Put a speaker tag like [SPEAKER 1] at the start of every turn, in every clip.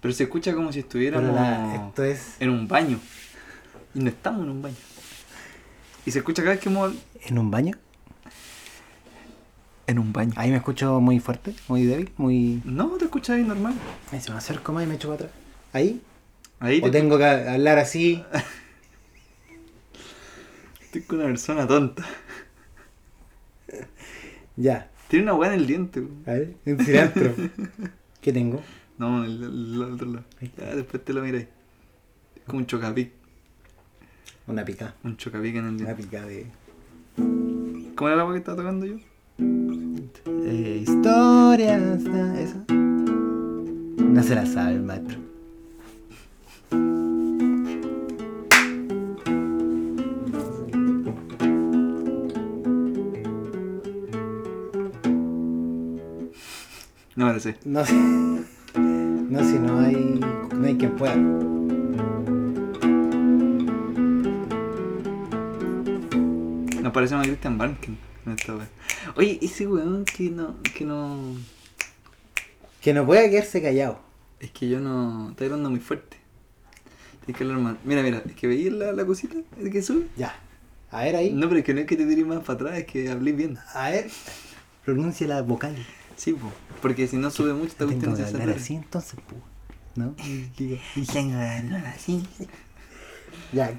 [SPEAKER 1] Pero se escucha como si estuviéramos
[SPEAKER 2] Pero la- esto es
[SPEAKER 1] en un baño. Y no estamos en un baño. Y se escucha cada vez que hemos...
[SPEAKER 2] en un baño.
[SPEAKER 1] En un baño.
[SPEAKER 2] Ahí me escucho muy fuerte, muy débil, muy.
[SPEAKER 1] No, te escuchas ahí normal.
[SPEAKER 2] Ahí se me acerco más y me echo para atrás. Ahí.
[SPEAKER 1] Ahí
[SPEAKER 2] O
[SPEAKER 1] te,
[SPEAKER 2] tengo que hablar así.
[SPEAKER 1] estoy con una persona tonta.
[SPEAKER 2] Ya.
[SPEAKER 1] Tiene una weá en el diente. weón.
[SPEAKER 2] A ver. Un cilantro. ¿Qué tengo?
[SPEAKER 1] No, en el, el otro lado.
[SPEAKER 2] Ahí está.
[SPEAKER 1] Ya, después te lo miráis. Es como un chocapic.
[SPEAKER 2] Una pica.
[SPEAKER 1] Un chocapic en el
[SPEAKER 2] Una
[SPEAKER 1] diente.
[SPEAKER 2] pica de.
[SPEAKER 1] ¿Cómo era la agua que estaba tocando yo?
[SPEAKER 2] Eh, historias. ¿no? ¿Esa? No se la sabe el maestro.
[SPEAKER 1] No me la sé.
[SPEAKER 2] No sé. No sé, no hay. No hay quien pueda.
[SPEAKER 1] Nos parecemos a Christian Barnkin en esta weá. Oye, ese weón que no, que no.
[SPEAKER 2] Que no pueda quedarse callado.
[SPEAKER 1] Es que yo no. Está hablando muy fuerte. Tienes que hablar más. Mira, mira, es que veis la, la cosita ¿Es que sube.
[SPEAKER 2] Ya. A ver ahí.
[SPEAKER 1] No, pero es que no es que te tiré más para atrás, es que hablé bien.
[SPEAKER 2] A ver. Pronuncia la vocal.
[SPEAKER 1] Sí, po. porque si no sube mucho, esta cuestión
[SPEAKER 2] Tengo
[SPEAKER 1] se
[SPEAKER 2] que hablar
[SPEAKER 1] satura.
[SPEAKER 2] así entonces, pues. ¿No?
[SPEAKER 1] así.
[SPEAKER 2] Ya.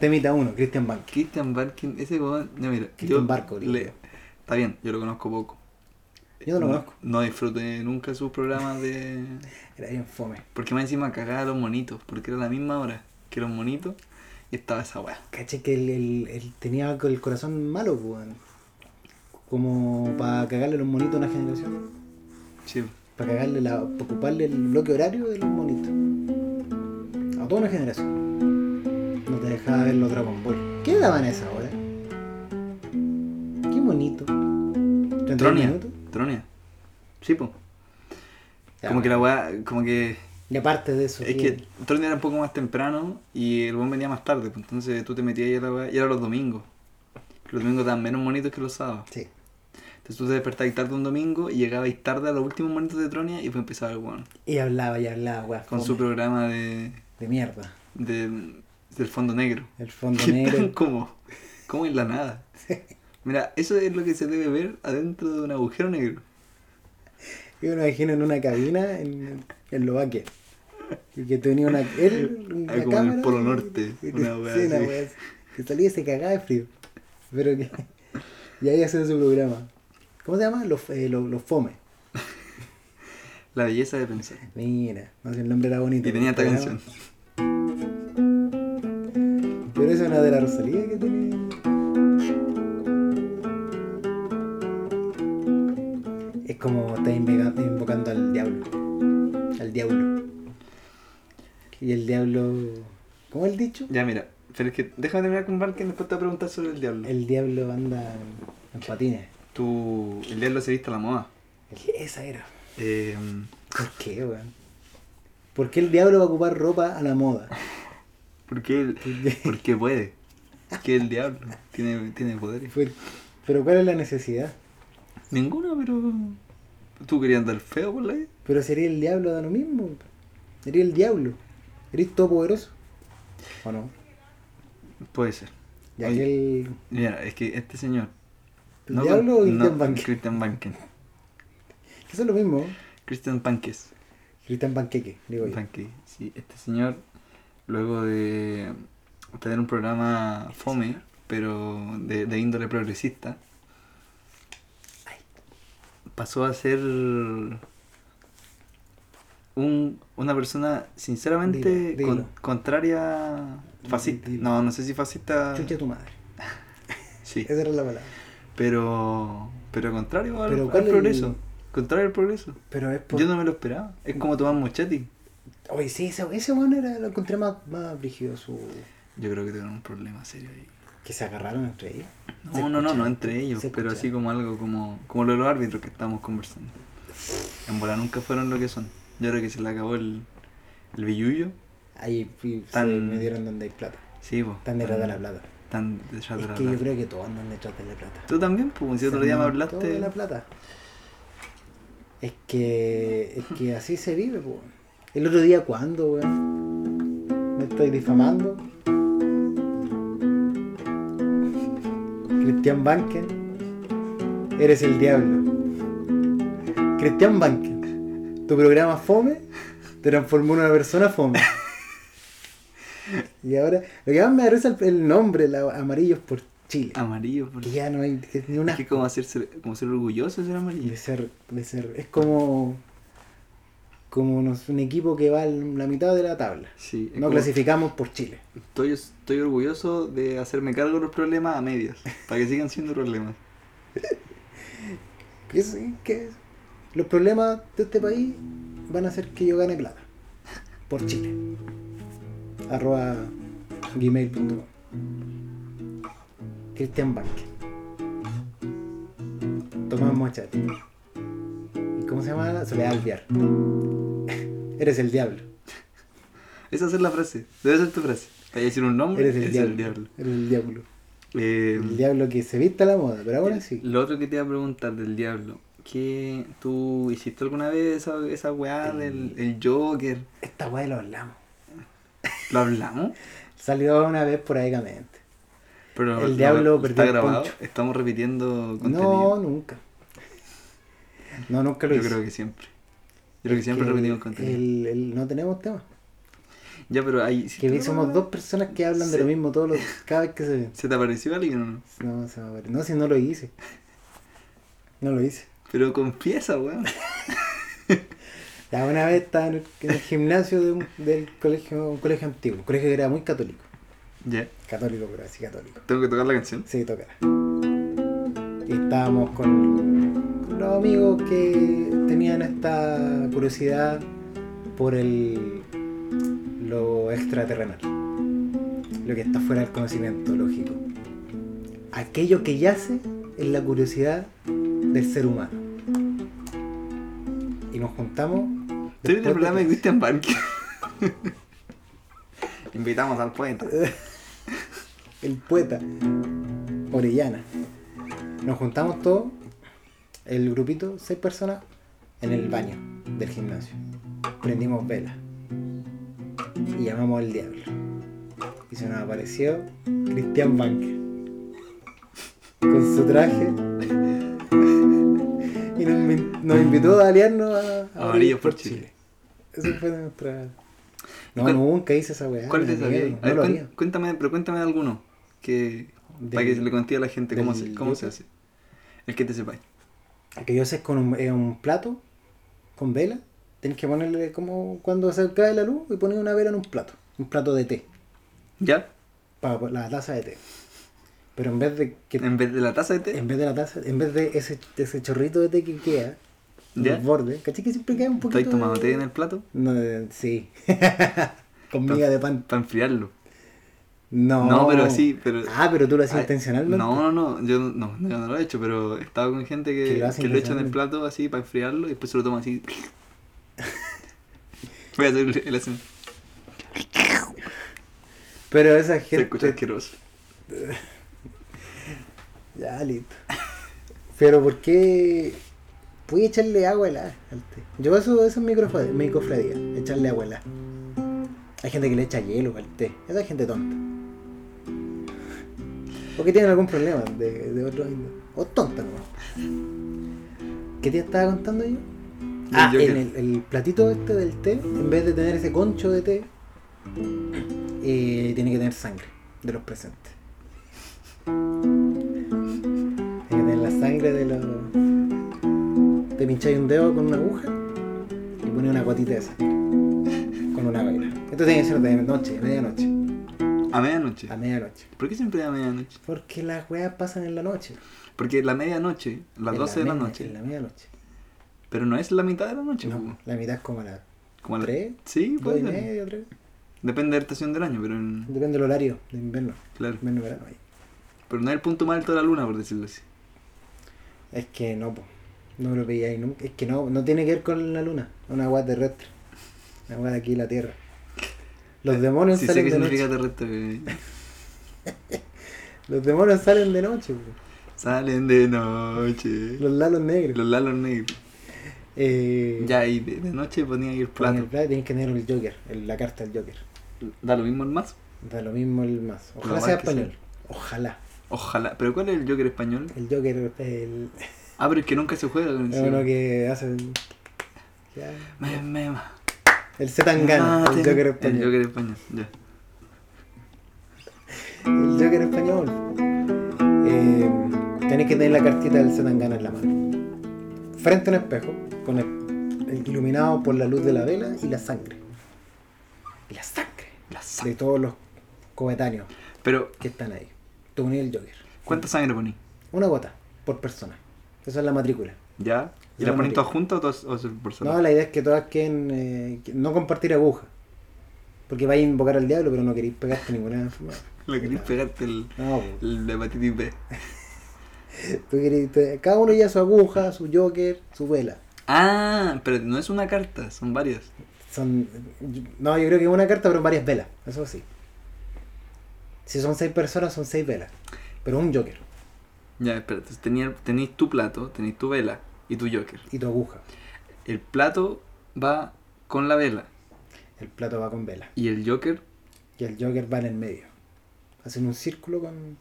[SPEAKER 2] Temita uno, Christian Bank.
[SPEAKER 1] Christian Barkin, ese weón. No, mira.
[SPEAKER 2] Christian Barco, digo yo.
[SPEAKER 1] le, Está bien, yo lo conozco poco.
[SPEAKER 2] Yo no lo conozco.
[SPEAKER 1] No disfruté nunca sus programas de.
[SPEAKER 2] Era bien fome.
[SPEAKER 1] Porque más encima cagaba a los monitos, porque era la misma hora que los monitos y estaba esa weá.
[SPEAKER 2] Caché que él, él- él tenía algo- el corazón malo, pues. weón. Como para cagarle los monitos a una generación.
[SPEAKER 1] Sí.
[SPEAKER 2] Para cagarle la. Para ocuparle el bloque horario de los monitos. A toda una generación. No te dejaba ver los Dragon Ball. ¿Qué daban a esa hora? Qué bonito. ¿31
[SPEAKER 1] Tronia.
[SPEAKER 2] minutos?
[SPEAKER 1] Tronia. Sí, po.
[SPEAKER 2] Ya,
[SPEAKER 1] como que la weá, como que.
[SPEAKER 2] Y aparte de eso,
[SPEAKER 1] Es
[SPEAKER 2] ¿qué?
[SPEAKER 1] que Tronia era un poco más temprano y el buen venía más tarde, pues entonces tú te metías y era, la weá- y era los domingos. Que los domingos estaban menos bonitos que los sábados.
[SPEAKER 2] Sí.
[SPEAKER 1] Entonces tú te despertabas tarde un domingo y llegabais tarde a los últimos momentos de Tronia y pues empezaba el weón.
[SPEAKER 2] Y hablaba y hablaba, weón.
[SPEAKER 1] Con su programa de,
[SPEAKER 2] De mierda.
[SPEAKER 1] de- del fondo negro.
[SPEAKER 2] El fondo
[SPEAKER 1] Que están
[SPEAKER 2] negro.
[SPEAKER 1] como, como en la nada. Mira, eso es lo que se debe ver adentro de un agujero negro.
[SPEAKER 2] Yo me imagino en una cabina en en Eslovaquia. Y que tenía una. Él, una
[SPEAKER 1] Ah, como en el
[SPEAKER 2] cámara,
[SPEAKER 1] Polo Norte,
[SPEAKER 2] y-
[SPEAKER 1] una wea
[SPEAKER 2] sí,
[SPEAKER 1] así.
[SPEAKER 2] wea así. Que salía y se cagaba de frío. Pero que. Y ahí hacía su programa. ¿Cómo se llama? Los, eh, los, los Fomes.
[SPEAKER 1] La belleza de pensar.
[SPEAKER 2] Mira, no sé, el nombre era bonito.
[SPEAKER 1] Y tenía esta
[SPEAKER 2] Pero-
[SPEAKER 1] canción.
[SPEAKER 2] Pero esa era de la Rosalía que tenía. Es como está invoca- invocando al diablo. Al diablo. Y el diablo. ¿Cómo es el dicho?
[SPEAKER 1] Ya, mira, pero es que déjame terminar con Barkin, después te voy a preguntar sobre el diablo.
[SPEAKER 2] El diablo anda en patines.
[SPEAKER 1] Tu, el diablo se viste a la moda.
[SPEAKER 2] Esa era.
[SPEAKER 1] Eh,
[SPEAKER 2] ¿Por qué, weón? ¿Por qué el diablo va a ocupar ropa a la moda?
[SPEAKER 1] ¿por qué el- porque puede. Que el diablo tiene, tiene poderes.
[SPEAKER 2] Fue- Pero ¿cuál es la necesidad?
[SPEAKER 1] Ninguno, pero. ¿Tú querías andar feo por la vida?
[SPEAKER 2] Pero sería el diablo da lo mismo. Sería el diablo. Eres todopoderoso. ¿O no?
[SPEAKER 1] Puede ser.
[SPEAKER 2] Ya
[SPEAKER 1] Oye.
[SPEAKER 2] que el,
[SPEAKER 1] Mira, es que este señor.
[SPEAKER 2] el diablo o
[SPEAKER 1] no-
[SPEAKER 2] Christian Bank.
[SPEAKER 1] Christian Banken.
[SPEAKER 2] Eso es lo mismo.
[SPEAKER 1] Christian Pankes.
[SPEAKER 2] Christian Panqueque, digo yo.
[SPEAKER 1] Panque, sí, este señor, luego de tener un programa fome, pero de, de índole progresista, pasó a ser un, una persona sinceramente
[SPEAKER 2] Dilo, dilo.
[SPEAKER 1] con- contraria, fascista.
[SPEAKER 2] Dilo.
[SPEAKER 1] No, no sé si fascista,
[SPEAKER 2] Ah. Chucha tu madre.
[SPEAKER 1] sí,
[SPEAKER 2] Esa era la palabra.
[SPEAKER 1] pero, pero contrario al,
[SPEAKER 2] Pero
[SPEAKER 1] al
[SPEAKER 2] ¿cuál es el-
[SPEAKER 1] progreso. Contrario al progreso.
[SPEAKER 2] Pero es por.
[SPEAKER 1] Yo no me lo esperaba. Es como Tomás Muchetti.
[SPEAKER 2] Oye, sí, ese, ese weón era, lo encontré más, más brígido. Su...
[SPEAKER 1] Yo creo que tuvieron un problema serio ahí.
[SPEAKER 2] Que se agarraron entre ellos. Se
[SPEAKER 1] No, no, no, no
[SPEAKER 2] escucha,
[SPEAKER 1] entre ellos,
[SPEAKER 2] se
[SPEAKER 1] pero
[SPEAKER 2] escucha.
[SPEAKER 1] así como algo como, como lo de los árbitros que estamos conversando. En bola nunca fueron lo que son. Yo creo que se le acabó el, el billullo.
[SPEAKER 2] Ahí fui- se
[SPEAKER 1] Tan-
[SPEAKER 2] me dieron donde hay plata.
[SPEAKER 1] Sí, pues.
[SPEAKER 2] Están detrás de la plata.
[SPEAKER 1] Tan detrás de la
[SPEAKER 2] es que yo
[SPEAKER 1] plata.
[SPEAKER 2] creo que todos andan detrás de la plata.
[SPEAKER 1] Tú también, pues, si otro
[SPEAKER 2] Se
[SPEAKER 1] día me
[SPEAKER 2] arman todo
[SPEAKER 1] hablaste.
[SPEAKER 2] de la plata. Es que, es que así se vive, po. ¿El otro día cuándo, weón? ¿Me estáis difamando? Cristian Banken, eres el diablo. Cristian Banken, tu programa Fome te transformó en una persona Fome. Y ahora, lo que más me da risa es el, el nombre, la, Amarillos por Chile.
[SPEAKER 1] Ah, Amarillo, por
[SPEAKER 2] Que ya no hay es ni una
[SPEAKER 1] Es que como, hacerse, como ser orgulloso de ser amarillo.
[SPEAKER 2] de ser, de ser. Es como. Como nos- un equipo que va en la mitad de la tabla.
[SPEAKER 1] Sí, es
[SPEAKER 2] No
[SPEAKER 1] como,
[SPEAKER 2] clasificamos por Chile.
[SPEAKER 1] estoy, estoy orgulloso de hacerme cargo de los problemas a medias, para que sigan siendo problemas.
[SPEAKER 2] Y es- y que los problemas de este país van a hacer que yo gane plata. Por Chile. Arroba gmail.com Cristian Bank. Tomás Mochat. ¿Y cómo se llama? Soledad Alviar. Eres el diablo.
[SPEAKER 1] Esa es la frase, debe ser tu frase. Para decir un nombre,
[SPEAKER 2] Eres el
[SPEAKER 1] es
[SPEAKER 2] diablo.
[SPEAKER 1] el diablo.
[SPEAKER 2] Eres el diablo.
[SPEAKER 1] Eh,
[SPEAKER 2] El diablo que se vista a la moda, pero ahora sí.
[SPEAKER 1] Lo otro que te iba a preguntar del diablo, ¿qué, ¿tú hiciste alguna vez esa, esa weá del el Joker?
[SPEAKER 2] Esta weá lo hablamos.
[SPEAKER 1] ¿Lo hablamos?
[SPEAKER 2] Salió una vez esporádicamente.
[SPEAKER 1] Pero
[SPEAKER 2] El
[SPEAKER 1] no,
[SPEAKER 2] diablo perdió
[SPEAKER 1] está
[SPEAKER 2] el
[SPEAKER 1] grabado,
[SPEAKER 2] poncho.
[SPEAKER 1] estamos repitiendo
[SPEAKER 2] No,
[SPEAKER 1] contenido.
[SPEAKER 2] nunca. No, nunca lo
[SPEAKER 1] Yo
[SPEAKER 2] hice.
[SPEAKER 1] creo que siempre. Yo creo que
[SPEAKER 2] Es
[SPEAKER 1] siempre
[SPEAKER 2] que
[SPEAKER 1] repetimos contenido.
[SPEAKER 2] el- el- no tenemos tema.
[SPEAKER 1] Ya, pero ahí. si
[SPEAKER 2] Que
[SPEAKER 1] tú-
[SPEAKER 2] somos dos personas que hablan de
[SPEAKER 1] Sí.
[SPEAKER 2] lo mismo todos los, cada vez que se ven.
[SPEAKER 1] ¿Se te apareció alguien o no?
[SPEAKER 2] No, se me apare- no, si no lo hice. No lo hice.
[SPEAKER 1] Pero confiesa, weón.
[SPEAKER 2] Ya una vez estaba en el, en el gimnasio de un- del colegio, un colegio antiguo, un colegio que era muy católico.
[SPEAKER 1] ya.
[SPEAKER 2] Católico, pero así católico.
[SPEAKER 1] Tengo que tocar la canción.
[SPEAKER 2] Sí, tocará. Y estábamos con, con los amigos que tenían esta curiosidad por el lo extraterrenal. Lo que está fuera del conocimiento lógico. Aquello que yace en la curiosidad del ser humano. Y nos juntamos.
[SPEAKER 1] Estoy en el
[SPEAKER 2] después de
[SPEAKER 1] programa de
[SPEAKER 2] clase.
[SPEAKER 1] Christian Bank. Invitamos al poeta.
[SPEAKER 2] el poeta Orellana. Nos juntamos todos, el grupito, seis personas, en el baño del gimnasio. Prendimos velas y llamamos al diablo. Y se nos apareció Cristian Banque con su traje. Y nos, invi- nos invitó a aliarnos a, a
[SPEAKER 1] Amarillos por Chile.
[SPEAKER 2] Eso fue nuestra. No,
[SPEAKER 1] ¿Cuál-
[SPEAKER 2] nunca hice esa weá.
[SPEAKER 1] ¿Cuál te
[SPEAKER 2] ni
[SPEAKER 1] sabía?
[SPEAKER 2] mierda,
[SPEAKER 1] A ver,
[SPEAKER 2] No lo
[SPEAKER 1] cuen-
[SPEAKER 2] haría.
[SPEAKER 1] cuéntame, pero cuéntame de alguno. Que, para que
[SPEAKER 2] Del-
[SPEAKER 1] se le conté a la gente cómo, se,
[SPEAKER 2] del
[SPEAKER 1] cómo se
[SPEAKER 2] yogur.
[SPEAKER 1] hace. El que te sepáis.
[SPEAKER 2] El que yo sé es con un, es un plato con vela. Tienes que ponerle como cuando se cae la luz y poner una vela en un plato. Un plato de té.
[SPEAKER 1] ¿Ya?
[SPEAKER 2] Para la taza de té. Pero en vez de que
[SPEAKER 1] En vez de la taza de té.
[SPEAKER 2] en vez de la taza, en vez de ese, de ese chorrito de té que queda en
[SPEAKER 1] ¿Ya?
[SPEAKER 2] el borde, ¿cachai que siempre queda un poquito?
[SPEAKER 1] ¿Estáis tomando
[SPEAKER 2] de-
[SPEAKER 1] té en el plato?
[SPEAKER 2] No, de- sí. con miga de pan.
[SPEAKER 1] Para enfriarlo.
[SPEAKER 2] No.
[SPEAKER 1] No, pero sí, pero-
[SPEAKER 2] Ah, pero tú lo hacías
[SPEAKER 1] Ay,
[SPEAKER 2] intencionalmente.
[SPEAKER 1] No, no, no. Yo no, no, yo no lo he hecho, pero he estado con gente que,
[SPEAKER 2] Que lo hace
[SPEAKER 1] que lo echa en el
[SPEAKER 2] intencionalmente.
[SPEAKER 1] plato así para enfriarlo y después se lo toma así. Voy a hacer el acento.
[SPEAKER 2] Pero esa
[SPEAKER 1] Se escucha
[SPEAKER 2] gente.
[SPEAKER 1] asqueroso.
[SPEAKER 2] Ya, listo. Pero ¿por qué? Voy a echarle agua helada al té. Yo eso, eso es mi cofradía, mi cofradía, echarle agua helada. Hay gente que le echa hielo al té. Esa es gente tonta. O que tienen algún problema de, de otro índole. O tonta nomás. ¿Qué te estaba contando yo? Ah,
[SPEAKER 1] Joker.
[SPEAKER 2] en el, el platito este del té, en vez de tener ese concho de té, eh, tiene que tener sangre de los presentes. Tiene que tener la sangre de los. Te pincháis un dedo con una aguja y pones una gotita de sangre con una vela. Esto tiene que ser de noche, de medianoche,
[SPEAKER 1] A medianoche.
[SPEAKER 2] a medianoche.
[SPEAKER 1] ¿Por qué siempre a medianoche?
[SPEAKER 2] Porque las weas pasan en la noche.
[SPEAKER 1] Porque la medianoche, las
[SPEAKER 2] En
[SPEAKER 1] 12 de la
[SPEAKER 2] media-
[SPEAKER 1] noche,
[SPEAKER 2] En la medianoche.
[SPEAKER 1] pero no es la mitad de la noche.
[SPEAKER 2] No,
[SPEAKER 1] pues.
[SPEAKER 2] la mitad es como a las
[SPEAKER 1] Como a la-
[SPEAKER 2] ¿Tres?
[SPEAKER 1] Sí,
[SPEAKER 2] dos
[SPEAKER 1] puede
[SPEAKER 2] y
[SPEAKER 1] ser.
[SPEAKER 2] media, tres.
[SPEAKER 1] Depende de la estación del año, pero, en-
[SPEAKER 2] Depende del horario de invierno.
[SPEAKER 1] claro.
[SPEAKER 2] Invierno, verano, ahí.
[SPEAKER 1] pero no es el punto más alto de la luna, por decirlo así.
[SPEAKER 2] Es que no, po. No lo veía ahí nunca. Es que no, no tiene que ver con la luna. Es Una agua terrestre. Una agua de aquí la tierra. Los demonios
[SPEAKER 1] Sí sé
[SPEAKER 2] salen
[SPEAKER 1] que
[SPEAKER 2] de
[SPEAKER 1] significa
[SPEAKER 2] noche.
[SPEAKER 1] terrestre. eh.
[SPEAKER 2] Los demonios salen de noche, po.
[SPEAKER 1] Salen de noche.
[SPEAKER 2] Los lalos negros.
[SPEAKER 1] Los lalos negros.
[SPEAKER 2] Eh,
[SPEAKER 1] Ya, y de, de noche ponía ahí el
[SPEAKER 2] con
[SPEAKER 1] plato.
[SPEAKER 2] el plato tenés que tener el Joker, el- la carta del Joker.
[SPEAKER 1] ¿Da lo mismo el mazo?
[SPEAKER 2] Da lo mismo el más. Ojalá
[SPEAKER 1] más
[SPEAKER 2] sea
[SPEAKER 1] que sea.
[SPEAKER 2] español. Ojalá.
[SPEAKER 1] Ojalá. ¿Pero cuál es el Joker español?
[SPEAKER 2] El Joker, el,
[SPEAKER 1] Ah, pero es que nunca se juega con
[SPEAKER 2] es
[SPEAKER 1] el
[SPEAKER 2] uno que hace. ya.
[SPEAKER 1] Me, me,
[SPEAKER 2] El Zetangana, el Joker español.
[SPEAKER 1] Ah, El Joker español, ya.
[SPEAKER 2] El Joker español. Eh, tenés que tener la cartita del Zetangana en la mano. Frente a un espejo, con el, el iluminado por la luz de la vela y la sangre. Y la sangre
[SPEAKER 1] La
[SPEAKER 2] de
[SPEAKER 1] sangre.
[SPEAKER 2] todos los coetáneos
[SPEAKER 1] Pero,
[SPEAKER 2] que están ahí. Te unís el Joker.
[SPEAKER 1] ¿cuánta sangre poní?
[SPEAKER 2] Una gota por persona. Esa es la matrícula.
[SPEAKER 1] ¿Ya? ¿Y
[SPEAKER 2] Yo
[SPEAKER 1] la
[SPEAKER 2] la
[SPEAKER 1] poní
[SPEAKER 2] metí.
[SPEAKER 1] todas juntas o todas o se- por
[SPEAKER 2] No,
[SPEAKER 1] separado?
[SPEAKER 2] la idea es que todas queden. eh, que- no compartir aguja. Porque vais a invocar al diablo, pero no queréis pegarte ninguna enfermedad.
[SPEAKER 1] Le querías pegarte el,
[SPEAKER 2] No, pues.
[SPEAKER 1] el de hepatitis B.
[SPEAKER 2] Tú querés- te- cada uno lleva su aguja, su joker, su vela.
[SPEAKER 1] Ah, pero no es una carta, son varias.
[SPEAKER 2] Son, no, yo creo que una carta, pero varias velas. Eso sí. Si son seis personas, son seis velas. Pero un joker
[SPEAKER 1] Ya, espérate. Tenía, tenéis tu plato, tenéis tu vela y tu Joker.
[SPEAKER 2] y tu aguja.
[SPEAKER 1] El plato va con la vela
[SPEAKER 2] El plato va con vela.
[SPEAKER 1] y el Joker...
[SPEAKER 2] Y el joker va en el medio. Hacen un círculo con.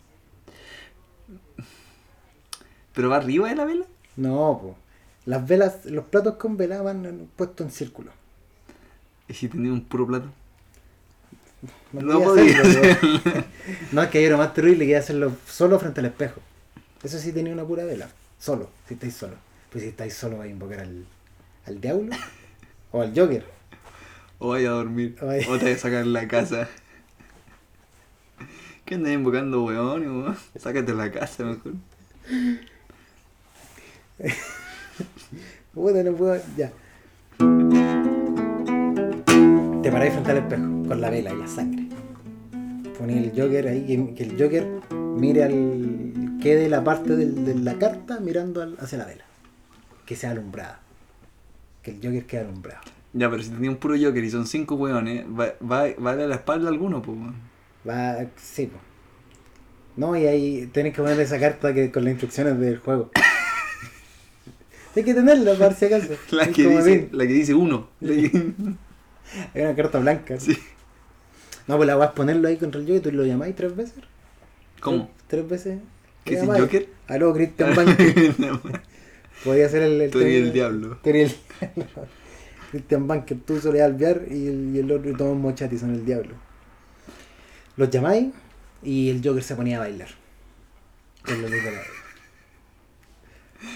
[SPEAKER 1] ¿Pero va arriba de la vela?
[SPEAKER 2] No, po. Las velas, los platos con vela van en- puestos en círculo.
[SPEAKER 1] ¿Y si tenía un puro plato? No
[SPEAKER 2] podía
[SPEAKER 1] podía
[SPEAKER 2] hacerlo, po. no, es que hay lo más terrible que es hacerlo solo frente al espejo. Eso sí tenía una pura vela. Solo, si estáis solo. Pues si estáis solo vais a invocar al, al diablo o al Joker.
[SPEAKER 1] O vaya a dormir.
[SPEAKER 2] O vaya-
[SPEAKER 1] O te voy a sacar la casa. ¿Qué andas invocando, weón? weón? Sácate la casa mejor.
[SPEAKER 2] Puta, no puedo- Ya. Te paráis frente al espejo con la vela y la sangre. Ponéis el Joker ahí, que, que el Joker mire al. quede la parte del- de la carta mirando al- hacia la vela. Que sea alumbrada. Que el Joker quede alumbrado.
[SPEAKER 1] Ya, pero si tenía un puro Joker y son cinco weones, va, va, va a darle la espalda a alguno, pues, weón.
[SPEAKER 2] Va, sí, po. No, y ahí tenés que ponerle esa carta que, con las instrucciones del juego. Hay que tenerla, para si acaso.
[SPEAKER 1] La
[SPEAKER 2] Es
[SPEAKER 1] que,
[SPEAKER 2] como
[SPEAKER 1] dice,
[SPEAKER 2] bien.
[SPEAKER 1] la que dice uno. La que-
[SPEAKER 2] Hay una carta blanca.
[SPEAKER 1] Sí.
[SPEAKER 2] No, pues la vas a ponerlo ahí contra el Joker y tú lo llamáis tres veces.
[SPEAKER 1] ¿Cómo?
[SPEAKER 2] Tres, tres veces.
[SPEAKER 1] ¿Qué
[SPEAKER 2] Lo
[SPEAKER 1] es el
[SPEAKER 2] llamáis.
[SPEAKER 1] Joker?
[SPEAKER 2] Aló, Christian Banking. Podría ser el. el
[SPEAKER 1] Tú eres
[SPEAKER 2] teoría-
[SPEAKER 1] el diablo.
[SPEAKER 2] teoría del diablo. Christian Banking, tú soleas alvear y el, y el otro y todos mochati son el diablo. Los llamáis y el Joker se ponía a bailar. Con la luz de la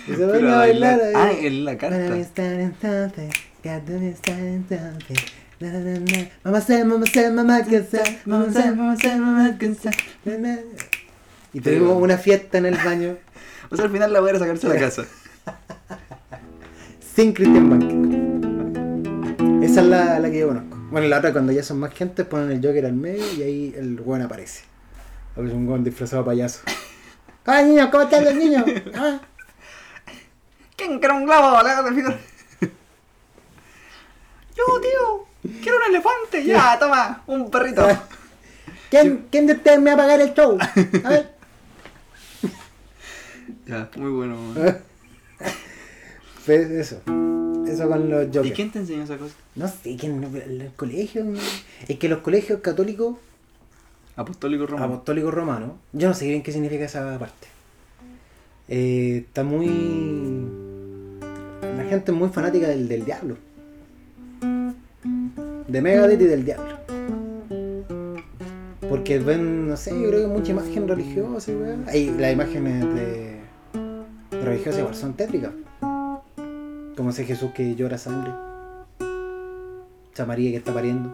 [SPEAKER 2] Y se
[SPEAKER 1] Pero
[SPEAKER 2] ponía a
[SPEAKER 1] a
[SPEAKER 2] bailar. eh.
[SPEAKER 1] bailar- Ah,
[SPEAKER 2] ahí.
[SPEAKER 1] en la
[SPEAKER 2] Gotta be
[SPEAKER 1] carta.
[SPEAKER 2] starting something, gotta be starting something. Na, na, na, na. Mamá said, mamá said, mamá que said, mamá said, mamá said, mamá que said. Na, na. Y
[SPEAKER 1] Pero-
[SPEAKER 2] tuvimos una fiesta en el baño
[SPEAKER 1] O sea, al final la voy a sacarse la casa.
[SPEAKER 2] sin Christian Bank. Esa es la, la que yo conozco. Bueno, la otra cuando ya son más gente ponen el Joker al medio y ahí el weón aparece. Aparece un weón disfrazado de payaso. ¡Ay, niño! ¿Cómo están los niños? Ah.
[SPEAKER 1] ¿Quién quiere un globo? La del final. Yo, tío. Quiero un elefante. Ya, toma. Un perrito.
[SPEAKER 2] ¿Quién, ¿Quién de ustedes me va a pagar el show? A ver.
[SPEAKER 1] Ya, muy bueno, weón.
[SPEAKER 2] Pues eso. Eso con los Jokers.
[SPEAKER 1] ¿Y quién te enseñó esa cosa?
[SPEAKER 2] No sé, que en el colegio. Es que los colegios católicos
[SPEAKER 1] Apostólico romano.
[SPEAKER 2] apostólicos romanos, yo no sé bien qué significa esa parte. Eh, está muy. La gente es muy fanática del, del diablo. De Megadeth y del diablo. Porque ven, no sé, yo creo que mucha imagen religiosa, y weá. Hay las imágenes de. religiosas igual son tétricas. Como ese Jesús que llora sangre. Esa María que está pariendo.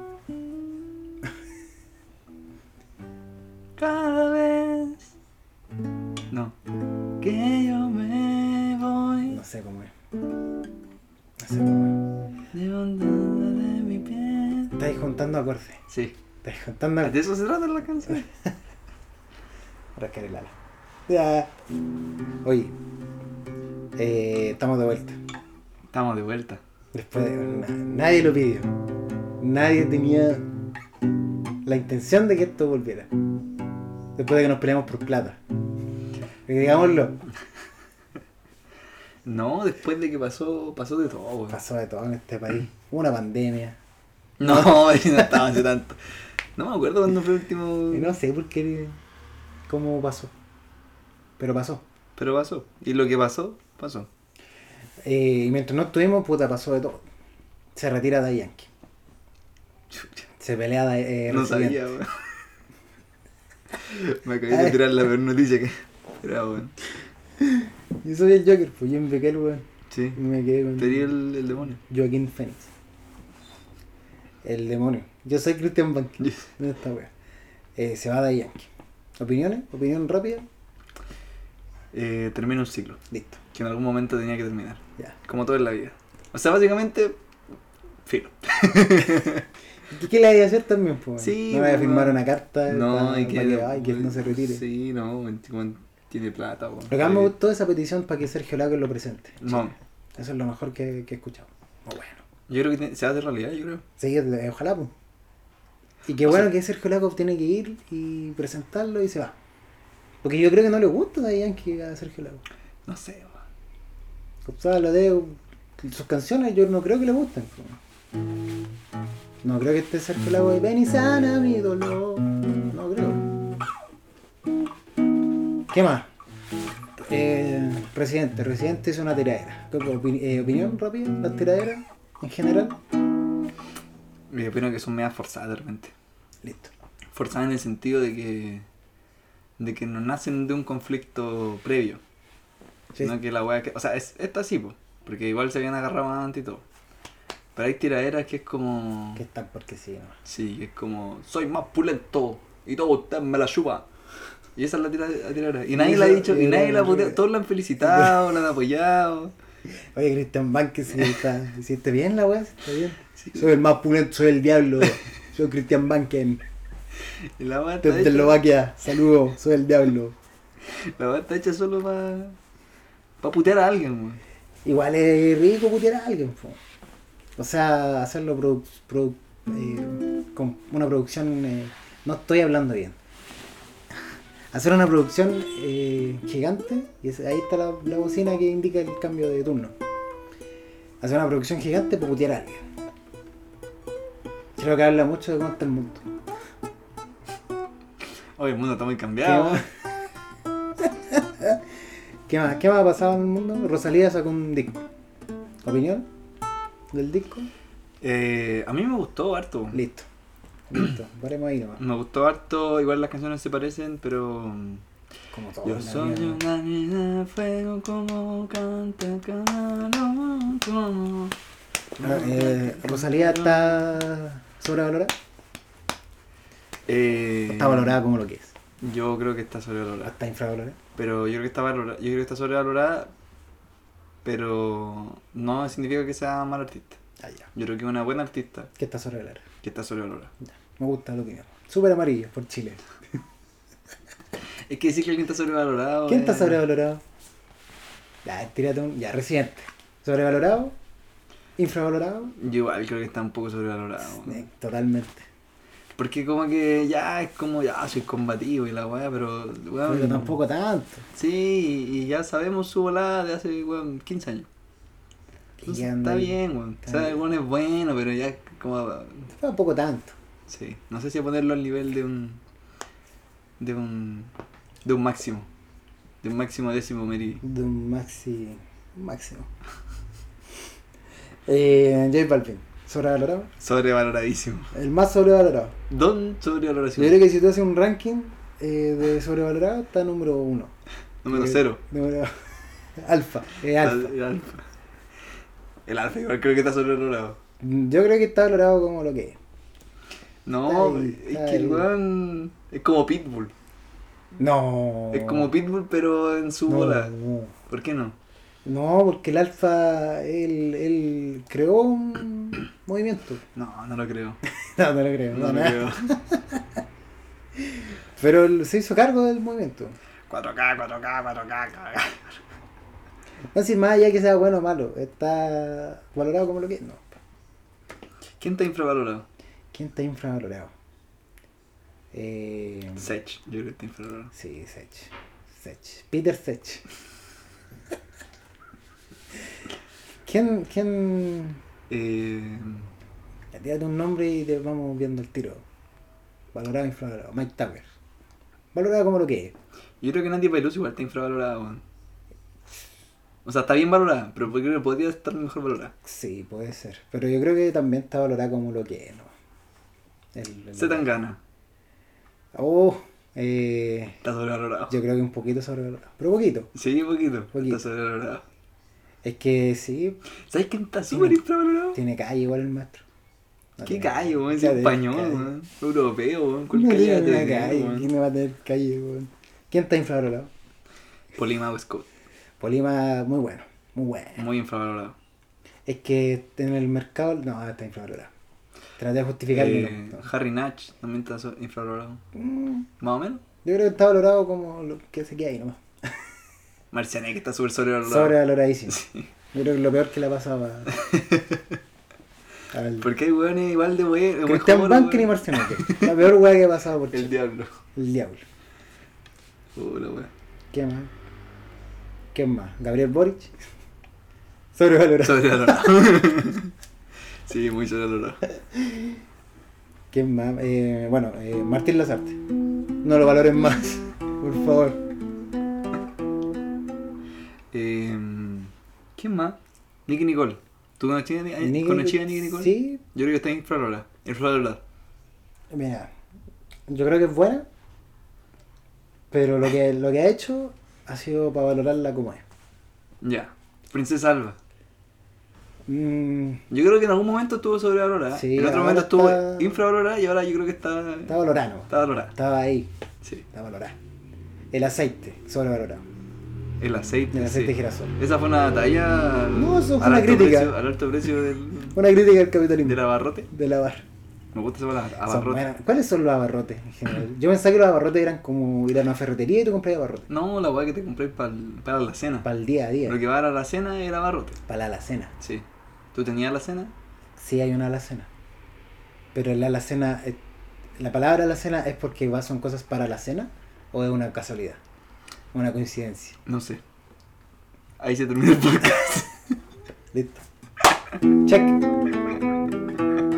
[SPEAKER 1] Cada vez. No. Que yo me voy.
[SPEAKER 2] No sé cómo es. No sé cómo
[SPEAKER 1] Levantando de mi
[SPEAKER 2] es.
[SPEAKER 1] pie.
[SPEAKER 2] Estáis juntando acordes.
[SPEAKER 1] Sí.
[SPEAKER 2] Estáis juntando
[SPEAKER 1] De
[SPEAKER 2] acordes.
[SPEAKER 1] eso se trata la canción.
[SPEAKER 2] Rascar el ala. Ya. Oye. eh, estamos de vuelta.
[SPEAKER 1] Estamos de vuelta.
[SPEAKER 2] Después de. na- nadie lo pidió. Nadie tenía la intención de que esto volviera. Después de que nos peleamos por plata. Porque digámoslo.
[SPEAKER 1] No, después de que pasó, pasó de todo, weón.
[SPEAKER 2] Pasó de todo en este país. Una pandemia.
[SPEAKER 1] No, no estaba hace tanto. No me acuerdo cuándo fue el último.
[SPEAKER 2] Y no sé por qué. cómo pasó. Pero pasó.
[SPEAKER 1] Pero pasó. Y lo que pasó, pasó.
[SPEAKER 2] Eh, y mientras no estuvimos, puta, pasó de todo. Se retira de Yankee. Se eh, pelea de.
[SPEAKER 1] No sabía, weón. Me acabé de tirar la peor noticia que era, weón.
[SPEAKER 2] Yo soy el Joker, pues yo invoqué el weón.
[SPEAKER 1] Sí.
[SPEAKER 2] Y Me quedé con
[SPEAKER 1] Sería el, el demonio.
[SPEAKER 2] Joaquín Phoenix. El demonio. Yo soy Christian Bank.
[SPEAKER 1] Yo-
[SPEAKER 2] No esta wea. Eh, se va de Yankee. ¿Opiniones? ¿Opinión rápida?
[SPEAKER 1] Eh, termina un ciclo
[SPEAKER 2] Listo.
[SPEAKER 1] que en algún momento tenía que terminar.
[SPEAKER 2] Ya.
[SPEAKER 1] Como todo en la vida. O sea, básicamente, filo.
[SPEAKER 2] ¿Qué, qué le hay a hacer también, pues?
[SPEAKER 1] Sí,
[SPEAKER 2] No le voy a
[SPEAKER 1] pues,
[SPEAKER 2] firmar
[SPEAKER 1] no.
[SPEAKER 2] una carta para, que, ay, que no se retire.
[SPEAKER 1] Sí, no, el tipo tiene plata. weón.
[SPEAKER 2] Lo que más me gustó es esa petición para que Sergio Lago lo presente.
[SPEAKER 1] No,
[SPEAKER 2] Eso es lo mejor que, que he escuchado. Oh, bueno.
[SPEAKER 1] yo creo que te- se hace realidad, yo creo.
[SPEAKER 2] Sí, eh, ojalá, pues. Y qué
[SPEAKER 1] O
[SPEAKER 2] bueno
[SPEAKER 1] sea-
[SPEAKER 2] que Sergio Lago tiene que ir y presentarlo y se va. Porque yo creo que no le gusta a Yankee a Sergio Lago.
[SPEAKER 1] No sé, weón.
[SPEAKER 2] Gustavo Aladeo, sus canciones yo no creo que le gusten. po. No creo que esté Sergio Lago de Ven y sana mi dolor. No creo. ¿Qué más? Eh, Residente, Residente es una tiradera. ¿Qué opi- eh, ¿Opinión rápida? ¿Las tiraderas en general?
[SPEAKER 1] Me opino que son medias forzadas de repente.
[SPEAKER 2] Listo.
[SPEAKER 1] Forzadas en el sentido de que. de que no nacen de un conflicto previo.
[SPEAKER 2] Sí.
[SPEAKER 1] Sino que la wea que. O sea, es, esta sí, po, porque igual se habían agarrado antes y todo. Pero hay tiraderas que es como.
[SPEAKER 2] Que están porque sí. nomás.
[SPEAKER 1] Sí, que es como. Soy más pulento y todo usted me la chupa. Y esa es la tira- la tiradera. Y nadie la ha
[SPEAKER 2] esa-
[SPEAKER 1] dicho,
[SPEAKER 2] y
[SPEAKER 1] y nadie la ha
[SPEAKER 2] la-
[SPEAKER 1] puteado. Todos la han felicitado, la han apoyado.
[SPEAKER 2] Oye, Cristian Banque, si está, si está bien la weá, si está bien.
[SPEAKER 1] Eh. Sí.
[SPEAKER 2] Soy el más pulento, soy el diablo. Soy Cristian Banque.
[SPEAKER 1] Y la wea está
[SPEAKER 2] Desde
[SPEAKER 1] hecha,
[SPEAKER 2] Eslovaquia, saludos, soy el diablo.
[SPEAKER 1] la wea está hecha solo para. para putear a alguien, weón.
[SPEAKER 2] Igual es rico putear a alguien, po. O sea, hacerlo produ- produ- eh, con una producción. eh, no estoy hablando bien. Hacer una producción eh, gigante, y es- ahí está la, la bocina que indica el cambio de turno. Hacer una producción gigante para putear a alguien. Creo que habla mucho de cómo está el mundo.
[SPEAKER 1] Oye, el mundo está muy cambiado.
[SPEAKER 2] ¿Qué más? ¿Qué más? ¿Qué más ha pasado en el mundo? Rosalía sacó un disco. ¿Opinión del disco?
[SPEAKER 1] Eh, a mí me gustó harto.
[SPEAKER 2] Listo. Listo. Paremos ahí nomás.
[SPEAKER 1] Me gustó harto, igual las canciones se parecen, pero... mm,
[SPEAKER 2] Como todo.
[SPEAKER 1] Yo soy una mina de fuego como canta cada loco.
[SPEAKER 2] Ah, eh, Rosalía está sobrevalorada.
[SPEAKER 1] Eh,
[SPEAKER 2] Está valorada como lo que es.
[SPEAKER 1] Yo creo que está sobrevalorada.
[SPEAKER 2] Está infravalorada.
[SPEAKER 1] Pero yo creo que está valorada, yo creo que está sobrevalorada, pero no significa que sea mal artista.
[SPEAKER 2] Ah, ya.
[SPEAKER 1] Yo creo que es una buena artista
[SPEAKER 2] Que está sobrevalorada.
[SPEAKER 1] que está sobrevalorada.
[SPEAKER 2] Me gusta lo que veo. Súper amarillo por Chile.
[SPEAKER 1] Es que decir que alguien está sobrevalorado.
[SPEAKER 2] ¿Quién está
[SPEAKER 1] es-
[SPEAKER 2] sobrevalorado? Ya, tírate un. Ya, residente. ¿Sobrevalorado? ¿Infravalorado?
[SPEAKER 1] Yo igual creo que está un poco sobrevalorado.
[SPEAKER 2] Eh, Totalmente.
[SPEAKER 1] Porque como que ya es como ya soy combativo y la weá, pero weón.
[SPEAKER 2] Pero tampoco tanto.
[SPEAKER 1] Sí, y, y ya sabemos su volada de hace weón 15 años. Entonces,
[SPEAKER 2] ya
[SPEAKER 1] está
[SPEAKER 2] no-
[SPEAKER 1] bien, weón. O
[SPEAKER 2] está
[SPEAKER 1] sea, el
[SPEAKER 2] bien.
[SPEAKER 1] weón es bueno, pero ya como
[SPEAKER 2] Tampoco tanto.
[SPEAKER 1] sí. No sé si ponerlo al nivel de un. de un. de un máximo. De un máximo décimo meri.
[SPEAKER 2] De un maxi. un máximo. eh, J Balvin, sobrevalorado.
[SPEAKER 1] Sobrevaloradísimo.
[SPEAKER 2] El más sobrevalorado.
[SPEAKER 1] Don
[SPEAKER 2] Yo creo
[SPEAKER 1] sobrevaloración.
[SPEAKER 2] que si tú haces un ranking eh, de sobrevalorado, está número uno.
[SPEAKER 1] Número
[SPEAKER 2] Eh,
[SPEAKER 1] cero.
[SPEAKER 2] Número. alfa. eh, alfa.
[SPEAKER 1] El alfa. El alfa igual creo que está sobrevalorado.
[SPEAKER 2] Yo creo que está valorado como lo que es.
[SPEAKER 1] No,
[SPEAKER 2] Está ahí,
[SPEAKER 1] es
[SPEAKER 2] está
[SPEAKER 1] que el
[SPEAKER 2] ahí.
[SPEAKER 1] weón es como Pitbull.
[SPEAKER 2] No.
[SPEAKER 1] Es como Pitbull pero en su
[SPEAKER 2] no,
[SPEAKER 1] bola.
[SPEAKER 2] no.
[SPEAKER 1] ¿Por qué no?
[SPEAKER 2] No, porque el alfa, él, él creó un movimiento.
[SPEAKER 1] No, no lo creo.
[SPEAKER 2] No, no lo creo.
[SPEAKER 1] No
[SPEAKER 2] no,
[SPEAKER 1] lo
[SPEAKER 2] nada.
[SPEAKER 1] creo.
[SPEAKER 2] Pero él se hizo cargo del movimiento.
[SPEAKER 1] 4K, 4K, 4K, 4K.
[SPEAKER 2] No, si más allá que sea bueno o malo, está valorado como lo que es. No.
[SPEAKER 1] ¿Quién está infravalorado?
[SPEAKER 2] ¿Quién está infravalorado? Eh,
[SPEAKER 1] Sech, yo creo que está infravalorado.
[SPEAKER 2] sí, Sech. Sech. Peter Sech. ¿Quién, quién?
[SPEAKER 1] Eh,
[SPEAKER 2] Ya, Tírate un nombre y te vamos viendo el tiro. Valorado, infravalorado. Mike Tower. Valorado como lo que es.
[SPEAKER 1] yo creo que Nati Peluso igual está infravalorada, weón. O sea, está bien valorada, pero creo que podría estar mejor valorada.
[SPEAKER 2] Sí, puede ser. Pero yo creo que también está valorado como lo que es, ¿no? El, el-
[SPEAKER 1] Se tan gana.
[SPEAKER 2] Oh, eh,
[SPEAKER 1] Está sobrevalorado.
[SPEAKER 2] yo creo que un poquito sobrevalorado. Pero poquito.
[SPEAKER 1] Sí, poquito.
[SPEAKER 2] Poquito.
[SPEAKER 1] Está sobrevalorado.
[SPEAKER 2] Es que sí,
[SPEAKER 1] ¿Sabes quién está súper infravalorado?
[SPEAKER 2] tiene calle igual el maestro. No
[SPEAKER 1] ¿Qué
[SPEAKER 2] tiene
[SPEAKER 1] calle, weón? Es
[SPEAKER 2] Cállate,
[SPEAKER 1] español,
[SPEAKER 2] calle.
[SPEAKER 1] weón. Europeo, weón. ¿Cuál
[SPEAKER 2] No
[SPEAKER 1] calle va a
[SPEAKER 2] tiene una
[SPEAKER 1] tener,
[SPEAKER 2] calle.
[SPEAKER 1] weón?
[SPEAKER 2] ¿Quién me va a tener calle, weón? ¿Quién está infravalorado?
[SPEAKER 1] Polima Westcott.
[SPEAKER 2] Polima, muy bueno. Muy bueno.
[SPEAKER 1] Muy infravalorado.
[SPEAKER 2] Es que en el mercado. No, está infravalorado. Traté de justificarlo. y
[SPEAKER 1] Eh,
[SPEAKER 2] no.
[SPEAKER 1] Harry Natch también está so- infravalorado.
[SPEAKER 2] Mm,
[SPEAKER 1] Más o menos.
[SPEAKER 2] Yo creo que está valorado como lo que se queda ahí nomás.
[SPEAKER 1] Marcianek está súper sobrevalorado.
[SPEAKER 2] Sobrevaloradísimo.
[SPEAKER 1] Sí.
[SPEAKER 2] Yo creo que lo peor que le ha pasado a. al-
[SPEAKER 1] Porque hay weones igual de weón.
[SPEAKER 2] Cristian Banken y Marciano. La peor weá que ha pasado por
[SPEAKER 1] El
[SPEAKER 2] Chile.
[SPEAKER 1] diablo.
[SPEAKER 2] El diablo.
[SPEAKER 1] Uh, la wea.
[SPEAKER 2] ¿Qué más? ¿Qué más? Gabriel Boric. Sobrevalorado.
[SPEAKER 1] Sobrevalorado. sí, muy sobrevalorado.
[SPEAKER 2] ¿Quién más? Eh, bueno, eh, Martín Lazarte. No lo valoren más, por favor.
[SPEAKER 1] Eh, ¿Quién más? Nicky Nicole. ¿Tú conocías a Nicky
[SPEAKER 2] Nicky-
[SPEAKER 1] Nicole? Nicole?
[SPEAKER 2] Sí,
[SPEAKER 1] Yo creo que está infravalorada. Infravalorada.
[SPEAKER 2] mira. Yo creo que es buena. Pero lo que, lo que ha hecho ha sido para valorarla como es.
[SPEAKER 1] Ya. Princesa Alba.
[SPEAKER 2] Mm,
[SPEAKER 1] Yo creo que en algún momento estuvo sobrevalorada.
[SPEAKER 2] Sí,
[SPEAKER 1] en otro
[SPEAKER 2] ahora
[SPEAKER 1] momento estuvo
[SPEAKER 2] está-
[SPEAKER 1] infravalorada y ahora yo creo que está,
[SPEAKER 2] está valorado.
[SPEAKER 1] está valorada.
[SPEAKER 2] Estaba ahí,
[SPEAKER 1] Sí.
[SPEAKER 2] está valorado. El aceite, sobrevalorado.
[SPEAKER 1] El aceite.
[SPEAKER 2] El
[SPEAKER 1] sí.
[SPEAKER 2] aceite de girasol.
[SPEAKER 1] Esa fue una talla. al-
[SPEAKER 2] No, eso fue
[SPEAKER 1] al
[SPEAKER 2] una
[SPEAKER 1] alto
[SPEAKER 2] crítica.
[SPEAKER 1] precio- al alto precio del,
[SPEAKER 2] Una crítica al capitalismo.
[SPEAKER 1] del abarrote.
[SPEAKER 2] De la barra.
[SPEAKER 1] Me gusta esa palabra.
[SPEAKER 2] Son
[SPEAKER 1] Abarrote.
[SPEAKER 2] buenas. ¿Cuáles son los abarrotes en general? Yo pensaba que los abarrotes eran como ir a una ferretería y tú compras abarrotes.
[SPEAKER 1] No, la weá que te compré pa'l- para la cena.
[SPEAKER 2] Para el día a día,
[SPEAKER 1] Lo que va a la cena era abarrote.
[SPEAKER 2] para la alacena.
[SPEAKER 1] Sí. ¿Tú tenías la cena?
[SPEAKER 2] Sí hay una alacena. Pero la alacena, eh, la palabra alacena es porque va, son cosas para la cena o es una casualidad, una coincidencia.
[SPEAKER 1] No sé. Ahí se termina el podcast.
[SPEAKER 2] Listo. Check.